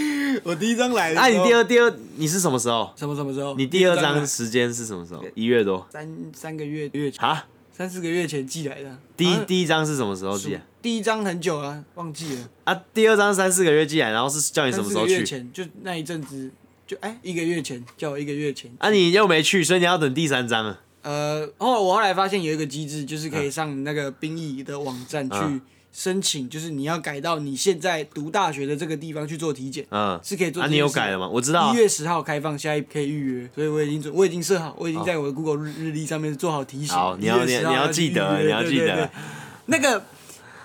S1: 我第一张来的时
S2: 那、
S1: 候，
S2: 你第二第二你是什么时候？
S1: 什么什么时候？
S2: 你第二张
S1: 来
S2: 时间是什么时候？一月多
S1: 啊三三个月月前，
S2: 啊？
S1: 三四个月前寄来的。
S2: 第一
S1: 啊
S2: 第一张是什么时候寄啊？
S1: 第一张很久了，忘记了。
S2: 啊，第二张三四个月寄来，然后是叫你什
S1: 三
S2: 么
S1: 四
S2: 时
S1: 个
S2: 候
S1: 月
S2: 去？
S1: 前就那一阵子，就哎、一个月前叫我一个月前。
S2: 啊，你又没去，所以你要等第三张啊。
S1: 呃，后来我后来发现有一个机制，就是可以上那个兵役的网站去
S2: 嗯
S1: 申请，就是你要改到你现在读大学的这个地方去做体检。
S2: 嗯，
S1: 是可以做
S2: 啊，
S1: 这件事。
S2: 你有改了吗？我知道啊
S1: 一。月十号开放，下一可以预约，所以我已经准，我已经设好，我已经在我的 Google 日日历上面做好提醒。
S2: 好你要
S1: 1月10
S2: 你
S1: 号
S2: 你要
S1: 去
S2: 记得
S1: 预约
S2: 你要记
S1: 对
S2: 得。
S1: 对对对那个，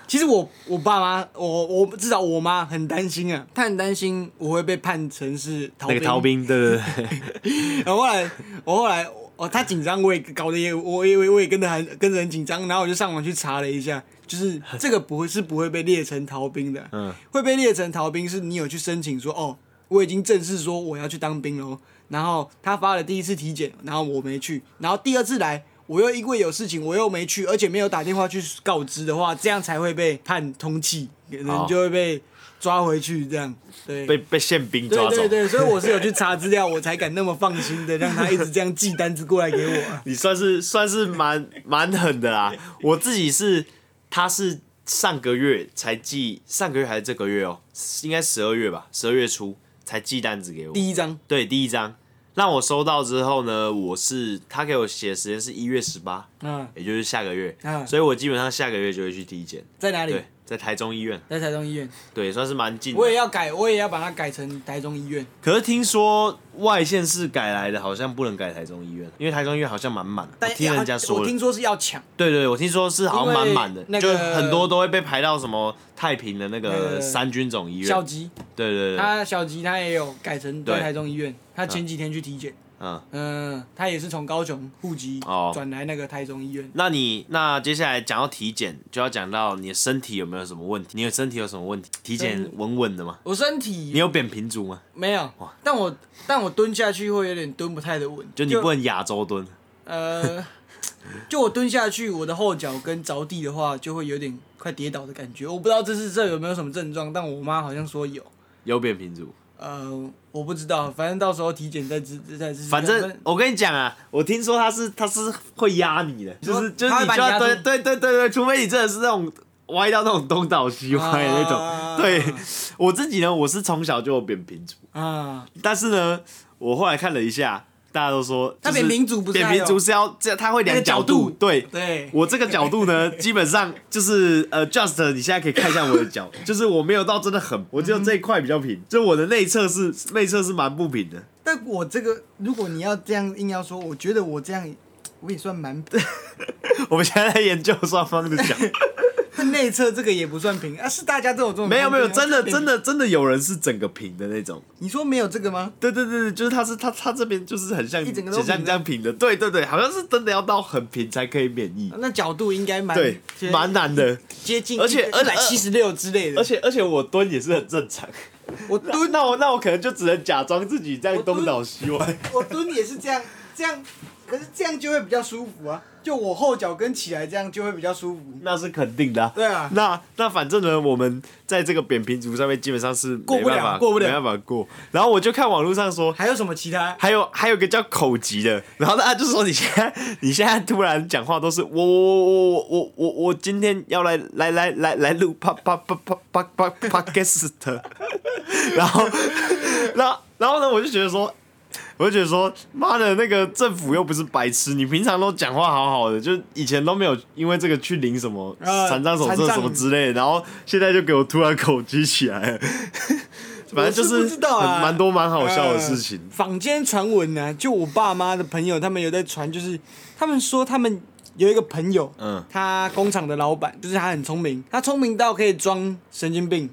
S1: 其实我我爸妈，我我至少我妈很担心啊，她很担心我会被判成是逃
S2: 那
S1: 兵。
S2: 个逃。兵，对对 对，
S1: 然后后来，我后来。哦，她紧张，我也搞得也，我也我也我也跟着很跟着很紧张，然后我就上网去查了一下，就是这个不会是不会被列成逃兵的，
S2: 嗯，
S1: 会被列成逃兵是你有去申请说哦，我已经正式说我要去当兵喽。然后他发了第一次体检，然后我没去，然后第二次来我又因为有事情我又没去，而且没有打电话去告知的话，这样才会被判通缉，可能
S2: 哦
S1: 就会被抓回去这样。对，
S2: 被被宪兵抓
S1: 对
S2: 走
S1: 对。对，所以我是有去查资料，我才敢那么放心的让他一直这样寄单子过来给我 啊、
S2: 你算是算是蛮蛮狠的啦。我自己是，他是上个月才寄，上个月还是这个月哦，应该十二月吧，十二月初才寄单子给我。
S1: 第一张
S2: 对，第一张。那我收到之后呢，我是他给我写的时间是一月十八，
S1: 啊、
S2: 也就是下个月，
S1: 嗯
S2: 所以我基本上下个月就会去体检。
S1: 在哪里
S2: 对？，在台中医院，
S1: 在台中医院。
S2: 对，算是蛮近
S1: 我也
S2: 的。
S1: 要改，我也要把它改成台中医院。
S2: 可是听说外县市改来的，好像不能改台中医院，因为台中医院好像满满的。我
S1: 但哎
S2: 听人家说
S1: 我
S2: 的，
S1: 听说是要抢。
S2: 对对，我听说是好像满满的
S1: 因为，那
S2: 就
S1: 个
S2: 很多都会被排到什么太平的那
S1: 那个
S2: 个三军总医
S1: 小
S2: 院。
S1: 吉，
S2: 对对对，
S1: 他小吉他也有改成在
S2: 对
S1: 台中医院，他前几天去体检，
S2: 嗯。
S1: 嗯，他也是从高雄户籍
S2: 哦
S1: 转来那个台中医院。
S2: 那你那接下来讲到体检，就要讲到你的身体有没有什么问题？你的身体有什么问题？体检
S1: 嗯
S2: 稳稳的吗？
S1: 我身
S2: 你
S1: 体
S2: 有扁平足吗？
S1: 没有，但我但我蹲下去会有点蹲不太的稳，
S2: 就你不能亚洲蹲，
S1: 呃，就我蹲下去，我的后脚跟着地的话，就会有点快跌倒的感觉。我不知道这是这有没有什么症状，但我妈好像说有，
S2: 有扁平足。
S1: 呃，我不知道，反正到时候体检再知再知。
S2: 反正我跟你讲啊，我听说他是他是会压你的，就是就
S1: 他会
S2: 是你
S1: 把
S2: 就
S1: 你压
S2: 要
S1: 住
S2: 蹲，对对对对，除非你真的是那种歪到那种东倒西歪的那种。
S1: 啊
S2: 对我自己呢，我是从小就有扁平足，
S1: 啊，
S2: 但是呢，我后来看了一下，大家都说
S1: 他
S2: 就是
S1: 扁平足不是
S2: 扁
S1: 还有
S2: 平足是要这它会
S1: 那个
S2: 量角
S1: 度，
S2: 对。
S1: 对，
S2: 我这个角度呢，基本上就是呃，just 你现在可以看一下我的 脚，就是我没有到真的很，我只有这一块比较平，就我的内侧是内侧是蛮不平的。
S1: 但我这个，如果你要这样硬要说，我觉得我这样我也算蛮，
S2: 我们现在在研究双方的脚。
S1: 这内侧这个也不算平啊，是大家都有这种
S2: 没有没有，
S1: 观点
S2: 真
S1: 啊
S2: 的真，的真的有人是整个平的那种。
S1: 你说没有这个吗？
S2: 对对对对，就是他是他他这边就是很像
S1: 一整个都平的
S2: 很像这样平的，对对对，好像是真的要到很平才可以免疫。
S1: 那角度应该蛮
S2: 对，蛮难的，
S1: 接近，
S2: 而且而且
S1: 百七十六之类的，
S2: 而且而且我蹲也是很正常。
S1: 我蹲
S2: 那我那我可能就只能假装自己在东倒西歪。
S1: 我蹲也是这样，这样，可是这样就会比较舒服啊。就我后脚跟起来，这样就会比较舒服。
S2: 那是肯定的、啊
S1: 对啊
S2: 那那反正呢，我们在这个扁平足上面基本上是
S1: 过不了
S2: 没办法
S1: 过不了
S2: 没办法过。然后我就看网络上说，
S1: 还有什么其他？
S2: 还有还有个叫口疾的，然后他就说你现在你现在突然讲话都是我我我我我我我今天要来来来来来录啪啪啪啪啪啪啪 guest，然后然后然后呢，我就觉得说。我就觉得说，妈的，那个政府又不是白痴，你平常都讲话好好的，就以前都没有因为这个去领什么
S1: 啊
S2: 残障手
S1: 残
S2: 册
S1: 障
S2: 什么之类的，然后现在就给我突然口疾起来了，反正就
S1: 我是不知道啊
S2: 很蛮多蛮好笑的事情。
S1: 呃坊间传闻呢，就我爸妈的朋友，他们有在传，就是他们说他们有一个朋友，
S2: 嗯
S1: 他工厂的老板，就是他很聪明，他聪明到可以装神经 病。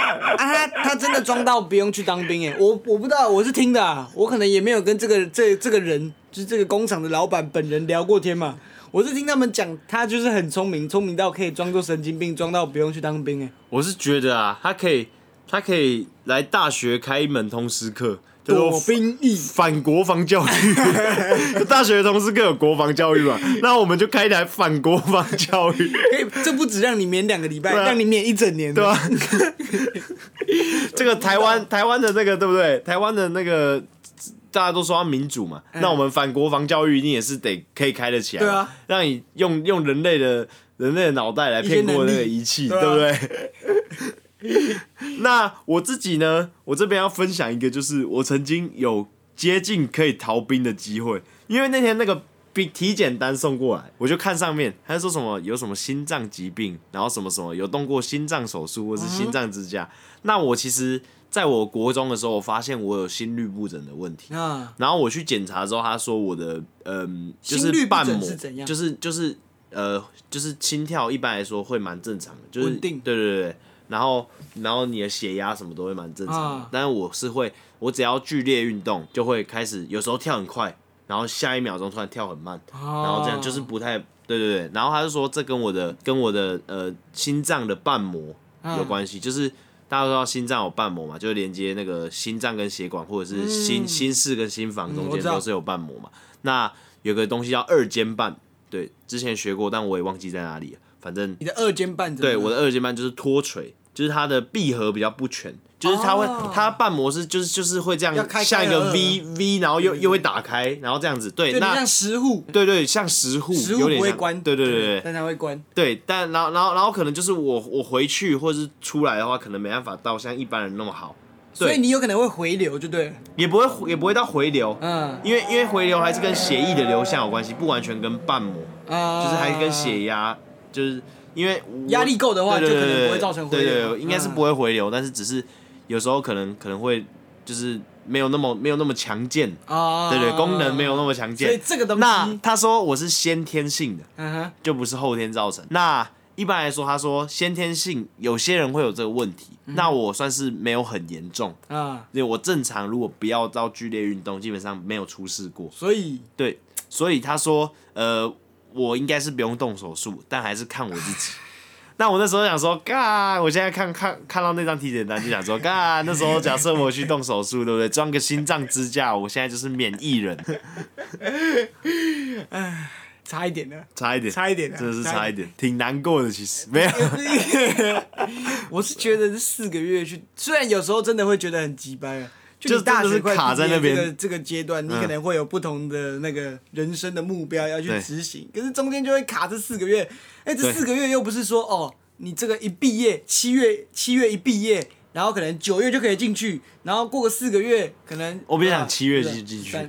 S1: 啊，他他真的装到不用去当兵哎，我我不知道，我是听的、啊，我可能也没有跟这个这这个人，就是这个工厂的老板本人聊过天嘛，我是听他们讲，他就是很聪明，聪明到可以装作神经病，装到不用去当兵哎。
S2: 我是觉得啊，他可以，他可以来大学开一门通识课，叫
S1: 躲
S2: 做
S1: 兵役，
S2: 反国防 教育。大学通识课有国防教育嘛？那我们就开一台反国防教 育，
S1: 可以，这不止让你免两个礼拜，
S2: 对啊
S1: 让你免一整年，
S2: 对啊吧？这个台湾台湾的那个对不对？台湾的那个。大家都说要民主嘛，那我们反国防教育一定也是得可以开得起来
S1: 嗯
S2: 嘛，
S1: 对啊
S2: 让你用用人类的人类的脑袋来
S1: 一些
S2: 骗过
S1: 能
S2: 那
S1: 力
S2: 个仪器，
S1: 对
S2: 对
S1: 啊
S2: 不对？那我自己呢，我这边要分享一个，就是我曾经有接近可以逃兵的机会，因为那天那个比体检单送过来，我就看上面，他说什么有什么心脏疾病，然后什么什么有动过心脏手术或是心脏支架。那我其实在我国中的时候，我发现我有心律不整的问题。
S1: 啊，
S2: 然后我去检查之后，他说我的嗯、就
S1: 心律
S2: 是
S1: 不整
S2: 瓣膜
S1: 是怎样
S2: 就是就是呃，就是心跳一般来说会蛮正常的，就是
S1: 稳定
S2: 对对对。然后然后你的血压什么都会蛮正常的，
S1: 啊
S2: 但是我是会，我只要剧烈运动就会开始，有时候跳很快，然后下一秒钟突然跳很慢，然
S1: 然
S2: 后这样就是不太对对对。然后他就说这跟我的跟我的呃心脏的瓣膜有
S1: 嗯
S2: 关系，就是大家都知道心脏有瓣膜嘛，就是连接那个心脏跟血管或者是心、心室跟心房
S1: 嗯
S2: 中
S1: 我
S2: 间
S1: 知道
S2: 都是有瓣膜嘛。那有个东西叫二尖瓣，对，之前学过，但我也忘记在哪里了。反正
S1: 你的嗯二尖瓣怎么
S2: 对，
S1: 样
S2: 我的二尖瓣就是脱垂，就是它的闭合比较不全，就是它会、
S1: 哦
S2: 它瓣膜是就是就是会这
S1: 要
S2: 样
S1: 开开
S2: 像一
S1: 合
S2: 个
S1: 合
S2: V V，然后又又会打开，然后这样子。对，
S1: 就你
S2: 那
S1: 像食户，
S2: 对对，像石户，
S1: 食户
S2: 有点
S1: 不会
S2: 像
S1: 关，
S2: 对对对对
S1: 但它会关，
S2: 对，但然后然后然后可能就是我我回去或是出来的话，可能没办法到像一般人那么好，
S1: 所以你有可能会回流，就对了，
S2: 也不会也不会到回流，
S1: 嗯
S2: 因为因为回流还是跟血液的流向有关系，不完全跟瓣膜，
S1: 啊，
S2: 就是还跟血压，就是因为我
S1: 压力够的话
S2: 对对
S1: 就可能
S2: 对对
S1: 不会造成回流嗯
S2: 对对对，应该是不会回流，但是只是有时候可能可能会就是没有那么没有那么强健，
S1: 啊，
S2: 对对，功能没有那么强健，
S1: 所以这个东西
S2: 那他说我是先天性的。
S1: 嗯哼，
S2: 就不是后天造成。那一般来说，他说先天性有些人会有这个问题，那我算是没有很严重，
S1: 啊，
S2: 因为我正常如果不要到剧烈运动，基本上没有出事过。
S1: 所以
S2: 对，所以他说，呃，我应该是不用动手术，但还是看我自己。 那我那时候想说，嘎，我现在看看看到那张体检单就想说，嘎，那时候假设我去动手术，对不对？装个心脏支架，我现在就是免疫人，
S1: 差一点呢，
S2: 差一点，
S1: 差一点啊
S2: 真的是
S1: 差
S2: 差
S1: 一
S2: 一点，挺难过的。其实没有，
S1: 我是觉得这四个月去，虽然有时候真的会觉得很鸡掰啊。就
S2: 就
S1: 你大
S2: 真的
S1: 学
S2: 是
S1: 快
S2: 卡
S1: 毕业
S2: 在那边嗯
S1: 这个这个阶段，你可能会有不同的那个人生的目标要去
S2: 对
S1: 执行，可是中间就会卡这四个月。哎，这
S2: 对
S1: 四个月又不是说哦，你这个一毕业，七月七月一毕业，然后可能九月就可以进去，然后过个四个月，可能
S2: 我不是想
S1: 啊
S2: 七月
S1: 对
S2: 就进去
S1: 三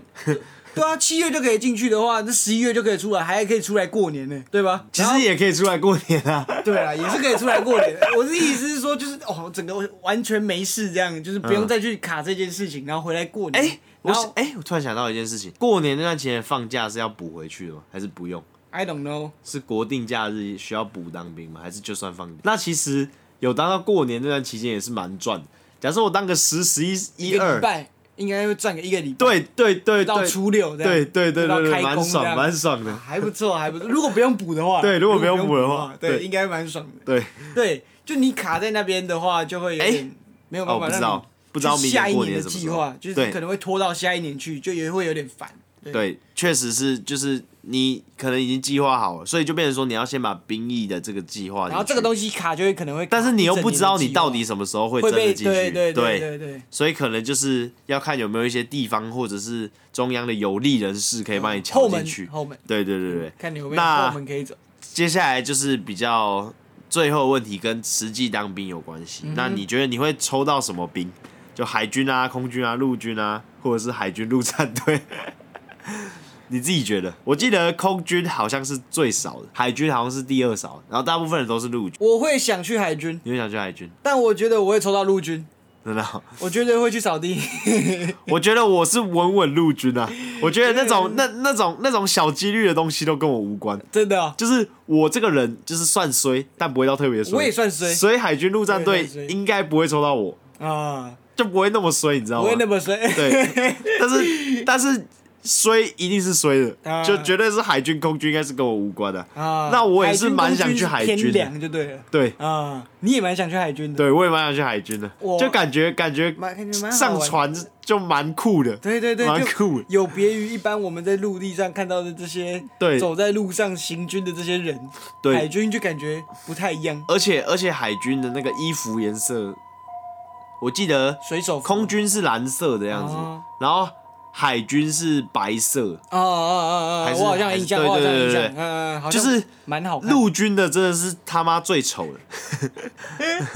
S1: 对啊，七月就可以进去的话，这十一月就可以出来，还可以出来过年呢，对吧？
S2: 其
S1: 然后
S2: 实也可以出来过年啊。
S1: 对啊，也是可以出来过年。 我的意思是说，就是哦，整个完全没事，这样就是不用再去卡这件事情，然后回来过年。
S2: 哎、我
S1: 然
S2: 是
S1: 后
S2: 哎、我突然想到一件事情，过年那段期间放假是要补回去的吗？还是不用？
S1: I don't know。
S2: 是国定假日需要补当兵吗？还是就算放？那其实有当到过年这段期间也是蛮赚的。假设我当个十、十一、一
S1: 个
S2: 二
S1: 礼，拜应该会赚个一个礼拜，，
S2: 对对对
S1: 到
S2: 对，
S1: 初六这样，
S2: 对对对对
S1: 到
S2: 对，
S1: 开工
S2: 蛮
S1: 这
S2: 爽
S1: 样
S2: 蛮爽的。
S1: 还不错，还不错。如果不用补的话，
S2: 对如果不用补
S1: 补
S2: 的话
S1: 话，对，
S2: 对
S1: 应该蛮爽的。
S2: 对，
S1: 对，就你卡在那边的话，就会有
S2: 哎
S1: 点没有
S2: 哦，
S1: 办法
S2: 我不
S1: 让
S2: 知
S1: 你
S2: 道，不知道
S1: 就
S2: 明
S1: 下一
S2: 过
S1: 年
S2: 年
S1: 的
S2: 什么
S1: 计
S2: 时候
S1: 划，就是
S2: 对
S1: 可能会拖到下一年去，就也会有点烦。对，
S2: 对，确实是，就是你可能已经计划好了，所以就变成说你要先把兵役的这个计划进去，
S1: 然后这个东西卡就会可能会卡
S2: 但
S1: 一整
S2: 是
S1: 年的计
S2: 你
S1: 划，
S2: 又不知道你到底什么时候会
S1: 会
S2: 真的
S1: 被
S2: 进去，
S1: 对对对对对，
S2: 所以可能就是要看有没有一些地方或者是中央的有利人士可以帮你
S1: 嗯后
S2: 敲进
S1: 门
S2: 去。
S1: 后门，
S2: 对对对对，
S1: 看你有没有
S2: 那
S1: 后门可以走。
S2: 接下来就是比较最后的问题跟实际当兵有关
S1: 嗯
S2: 系。那你觉得你会抽到什么兵？就海军啊、空军啊、陆军啊，或者是海军陆战队？ 你自己觉得？我记得空军好像是最少的，海军好像是第二少，然后大部分人都是陆军。
S1: 我会想去海军，
S2: 你会想去海军？
S1: 但我觉得我会抽到陆军，
S2: 真的哦、
S1: 我绝对会去扫地。
S2: 我觉得我是稳稳陆军啊。我觉得那种
S1: 对
S2: 那那种那种小几率的东西都跟我无关。
S1: 真的哦、
S2: 就是我这个人就是算衰，但不会到特别衰。
S1: 我也算衰
S2: 所以海军陆战
S1: 我
S2: 队
S1: 也算衰
S2: 应该不会抽到我，
S1: 啊，
S2: 就不会那么衰，你知道
S1: 不
S2: 吗？
S1: 会那么衰。
S2: 对，但是但是衰一定是衰的，
S1: 啊
S2: 就绝对是海军、空军，应该是跟我无关的。
S1: 啊，
S2: 那我也是蛮想去海
S1: 海
S2: 军
S1: 军
S2: 的
S1: 空军是天凉就对了。
S2: 对
S1: 啊，你也蛮想去海军的。
S2: 对，我也蛮想去海军的
S1: 我，
S2: 就感觉感觉
S1: 蛮感觉蛮好玩
S2: 上
S1: 的
S2: 船就蛮酷的。
S1: 对对对，
S2: 蛮
S1: 就
S2: 酷的
S1: 有别于一般我们在陆地上看到的这些
S2: 对
S1: 走在路上行军的这些人，
S2: 对
S1: 海军就感觉不太一样。
S2: 而且而且海军的那个衣服颜色，我记得
S1: 水手服
S2: 空军是蓝色的样子
S1: 哦，
S2: 然后海军是白色。
S1: 啊啊啊
S2: 还
S1: 啊！
S2: 是
S1: 我好像有印象，
S2: 还是
S1: 我好像有印
S2: 对对对
S1: 象，
S2: 对
S1: 嗯，嗯好
S2: 就
S1: 像
S2: 是
S1: 蛮好看。
S2: 陆军的真的是他妈最丑的，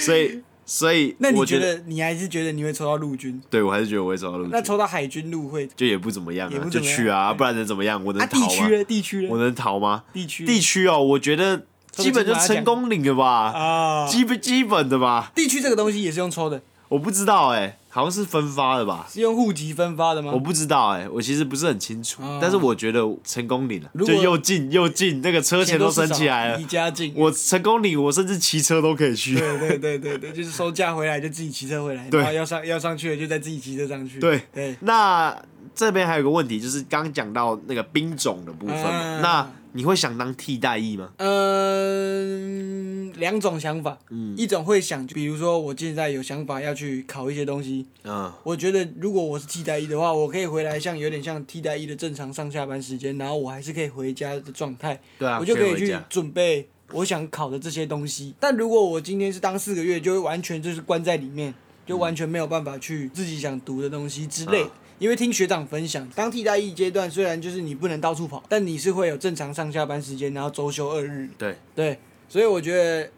S2: 所以所以
S1: 那你
S2: 我
S1: 觉
S2: 觉
S1: 得你还是觉得你会抽到陆军？
S2: 对我还是觉得我会走到陆
S1: 那
S2: 军，
S1: 抽到海军陆会
S2: 就也不怎么样
S1: 也
S2: 啊，
S1: 不
S2: 就
S1: 怎么样
S2: 去啊，不然能怎么样？我能
S1: 啊？
S2: 逃
S1: 地区
S2: 吗？
S1: 嘞？地区
S2: 我
S1: 嘞？
S2: 能逃吗？
S1: 地区
S2: 地区哦，我觉得基本
S1: 这个金
S2: 就
S1: 马奖
S2: 成功领了吧，
S1: 啊，
S2: 基本基本的吧，
S1: 地区这个东西也是用抽的，
S2: 我不知道哎，好像是分发的吧。
S1: 是用户籍分发的吗
S2: 我？不知道哎、我其实不是很清楚，
S1: 啊
S2: 但是我觉得成功领了，
S1: 如
S2: 就
S1: 果
S2: 又近又近，那个车钱都
S1: 是
S2: 升起
S1: 少
S2: 来了
S1: 离。家近。
S2: 我成功领，我甚至骑车都可以去。
S1: 对对对对对，就是收假回来就自己骑车回来，
S2: 对
S1: 然后要上要上去了就再自己骑车上去。
S2: 对
S1: 对，
S2: 那这边还有个问题，就是刚讲到那个兵种的部分嘛，
S1: 嗯
S2: 那你会想当替代役吗？
S1: 嗯，两种想法，
S2: 嗯
S1: 一种会想，比如说我现在有想法要去考一些东西，
S2: 嗯，
S1: 我觉得如果我是替代役的话，我可以回来像有点像替代役的正常上下班时间，然后我还是可以回家的状态，
S2: 对啊
S1: 我就
S2: 可
S1: 可
S2: 以
S1: 以
S2: 回
S1: 去
S2: 家
S1: 准备我想考的这些东西。但如果我今天是当四个月，就会完全就是关在里
S2: 嗯
S1: 面，就完全没有办法去自己想读的东西之类的
S2: 嗯
S1: 因为听学长分享，当替代役阶段虽然就是你不能到处跑，但你是会有正常上下班时间，然后周休二日。
S2: 对，
S1: 对，所以我觉得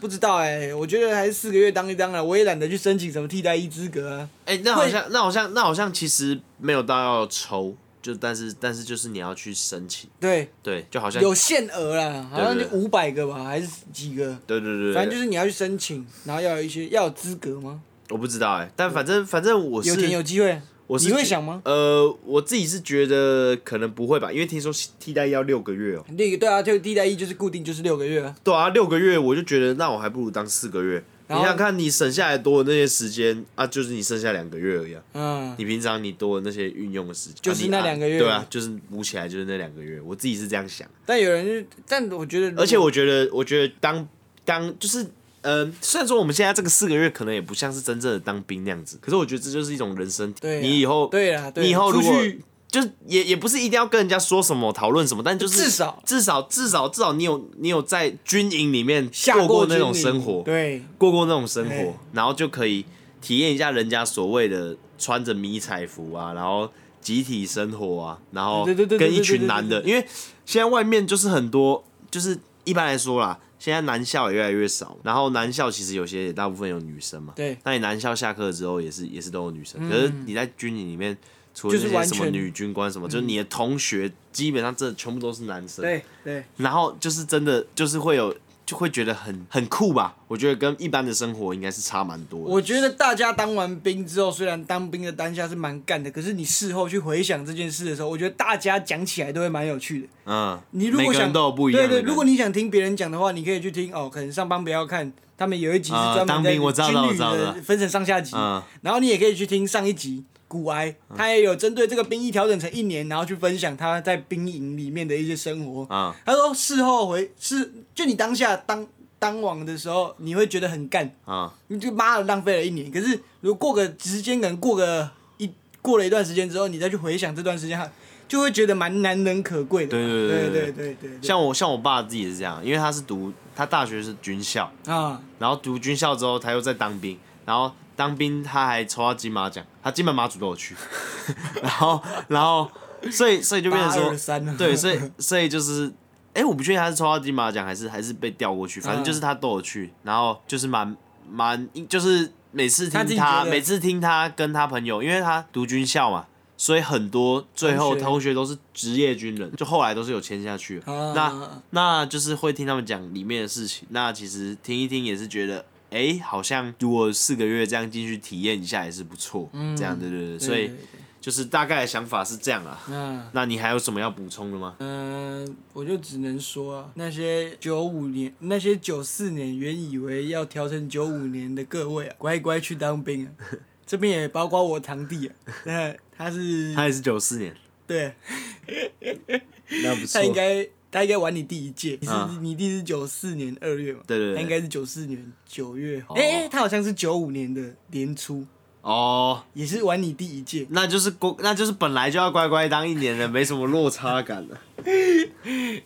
S1: 不知道哎、我觉得还是四个月当一当了，我也懒得去申请什么替代役资格啊。
S2: 哎、那好像那好像那好像其实没有到要抽，就但是但是就是你要去申请，
S1: 对，
S2: 对，就好像
S1: 有限额啦，好像
S2: 对
S1: 就
S2: 对对
S1: 五百个吧，还是几个？
S2: 对对对对，
S1: 反正就是你要去申请，然后要有一些要有资格吗？
S2: 我不知道哎、但反正反正我是
S1: 有钱有机会，
S2: 我是
S1: 你会想吗？
S2: 呃，我自己是觉得可能不会吧，因为听说替代役要六个月哦、
S1: 那个对啊，就替代役就是固定就是六个月啊，
S2: 对啊，六个月我就觉得，那我还不如当四个月。你
S1: 然后
S2: 想想看，你省下来多的那些时间啊，就是你剩下两个月而已啊。
S1: 嗯，
S2: 你平常你多的那些运用的时间，
S1: 就是
S2: 啊你
S1: 那
S2: 按
S1: 两个月
S2: 对啊，就是补起来就是那两个月。我自己是这样想，啊
S1: 但有人就，但我觉得如果，
S2: 而且我觉得，我觉得当当就是，嗯、虽然说我们现在这个四个月可能也不像是真正的当兵那样子，可是我觉得这就是一种人生体。
S1: 对啊
S2: 你以后
S1: 对啊对啊
S2: 你以后如果
S1: 出去
S2: 就是也也不是一定要跟人家说什么讨论什么，但就是
S1: 至少
S2: 至少至少至少你有你有在军营里面
S1: 下
S2: 过过那
S1: 军
S2: 种
S1: 营
S2: 生活，
S1: 对，
S2: 过过那种生活
S1: 哎，
S2: 然后就可以体验一下人家所谓的穿着迷彩服啊，然后集体生活啊，然后
S1: 对对对对
S2: 跟一群
S1: 对对对
S2: 男的，
S1: 对
S2: 因为现在外面就是很多，就是一般来说啦，现在男校也越来越少，然后男校其实有些也大部分有女生嘛，
S1: 对嗯
S2: 那你男校下课之后也是也是都有女生，可是你在军营里面。除了
S1: 就是
S2: 那
S1: 完
S2: 些什么
S1: 全嗯
S2: 女军官什么，就是你的同学基本上真的全部都是男生，
S1: 对对
S2: 然后就是真的就是会有就会觉得很很酷吧。我觉得跟一般的生活应该是差蛮多的。
S1: 我觉得大家当完兵之后，虽然当兵的当下是蛮干的，可是你事后去回想这件事的时候，我觉得大家讲起来都会蛮有趣的。
S2: 嗯，
S1: 你如
S2: 每
S1: 果
S2: 个
S1: 想
S2: 人都有不一样的
S1: 对
S2: 人，
S1: 对，如果你想听别人讲的话，你可以去听哦，可能上班不要看，他们有一集是
S2: 啊
S1: 专门
S2: 当
S1: 在
S2: 兵我知道
S1: 军
S2: 的我
S1: 旅
S2: 知道
S1: 的
S2: 的
S1: 分成上下集
S2: 嗯，
S1: 然后你也可以去听上一集。古癌，他也有针对这个兵役调整成一年，然后去分享他在兵营里面的一些生活。
S2: 嗯
S1: 他说事后回是，就你当下当当网的时候，你会觉得很干，
S2: 嗯
S1: 你就妈的浪费了一年。可是如果过个时间，可能过个一过了一段时间之后，你再去回想这段时间，就会觉得蛮难能可贵的。
S2: 对
S1: 对对
S2: 对对
S1: 对
S2: 对
S1: 对对
S2: 像我像我爸自己也是这样，因为他是读他大学是军校，
S1: 啊，
S2: 然后读军校之后他又在当兵，然后当兵他还抽到金马奖，他金门马祖都有去， 然后然后所以所以就变成说，
S1: 823
S2: 对，所以所以就是。哎、我不确定他是抽到金马奖还是还是被调过去，
S1: 嗯
S2: 反正就是他都有去，然后就是蛮蛮就是每次
S1: 他自己
S2: 听
S1: 觉
S2: 他
S1: 得
S2: 每次听他跟他朋友，因为他读军校嘛，所以很多最后
S1: 同学
S2: 同学都是职业军人，就后来都是有签下去的。
S1: 啊
S2: 那那就是会听他们讲里面的事情。那其实听一听也是觉得，哎、好像如果四个月这样进去体验一下也是不错。这样对嗯对对，所
S1: 对
S2: 以
S1: 对对
S2: 就是大概的想法是这样啊。
S1: 那
S2: 那你还有什么要补充的吗？
S1: 嗯、我就只能说啊，那些九五年、那些九四年原以为要调成九五年的各位啊，乖乖去当兵啊。这边也包括我堂弟啊，那他是
S2: 他也是九四年，
S1: 对，
S2: 那不错
S1: 他应该他应该玩你第一届，你是、
S2: 嗯
S1: 你弟是九四年二月嘛？
S2: 对对对
S1: 他应该是九四年九月。哎、
S2: 哦
S1: 诶他好像是九五年的年初，
S2: 哦。
S1: 也是玩你第一届。
S2: 那就是乖，那就是本来就要乖乖当一年的，没什么落差感了。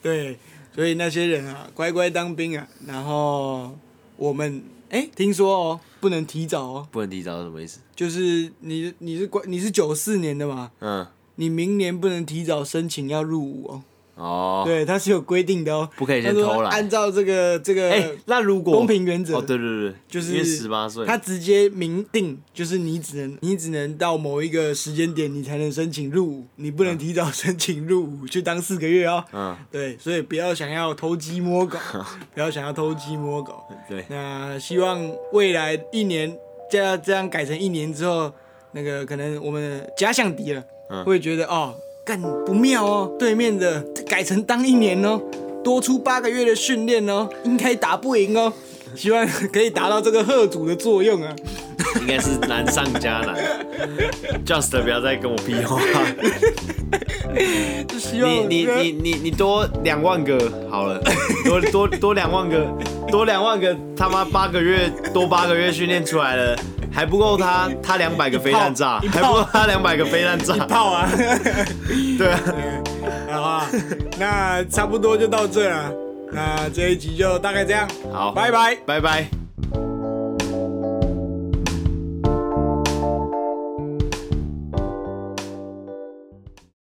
S1: 对，所以那些人啊，乖乖当兵啊，然后我们哎、听说哦，不能提早哦，
S2: 不能提早是什么意思？
S1: 就是你你是乖你是九四年的嘛，
S2: 嗯，
S1: 你明年不能提早申请要入伍哦。
S2: 哦，
S1: 对，他是有规定的哦，
S2: 不可以先
S1: 他说
S2: 偷懒
S1: 按照这个这个，
S2: 哎、那如果
S1: 公平原则
S2: 哦，对对对，
S1: 就是
S2: 十八岁，
S1: 他直接明定，就是你只能你只能到某一个时间点，你才能申请入伍，你不能提早申请入伍去当四个月哦。
S2: 嗯，
S1: 对，所以不要想要偷鸡摸 狗，不要想要偷鸡摸狗。
S2: 对，
S1: 那希望未来一年这样这样改成一年之后，那个可能我们假想敌了，
S2: 嗯
S1: 会觉得哦，干不妙哦，对面的改成当一年哦，多出八个月的训练哦，应该打不赢哦。希望可以达到这个贺主的作用啊！
S2: 应该是难上加 难。Just 不要再跟我屁话，
S1: 就希望呃
S2: 你你你你你多两万个好 了，多多多两万个，多两万个，他妈八个月多八个月训练出来了，还不够他他两百个飞弹炸，
S1: 一炮
S2: 还不够他两百个飞弹炸，
S1: 泡啊！
S2: 对啊，
S1: 好啊，那差不多就到这了，那这一集就大概这样，
S2: 好，
S1: 拜拜。
S2: 拜拜。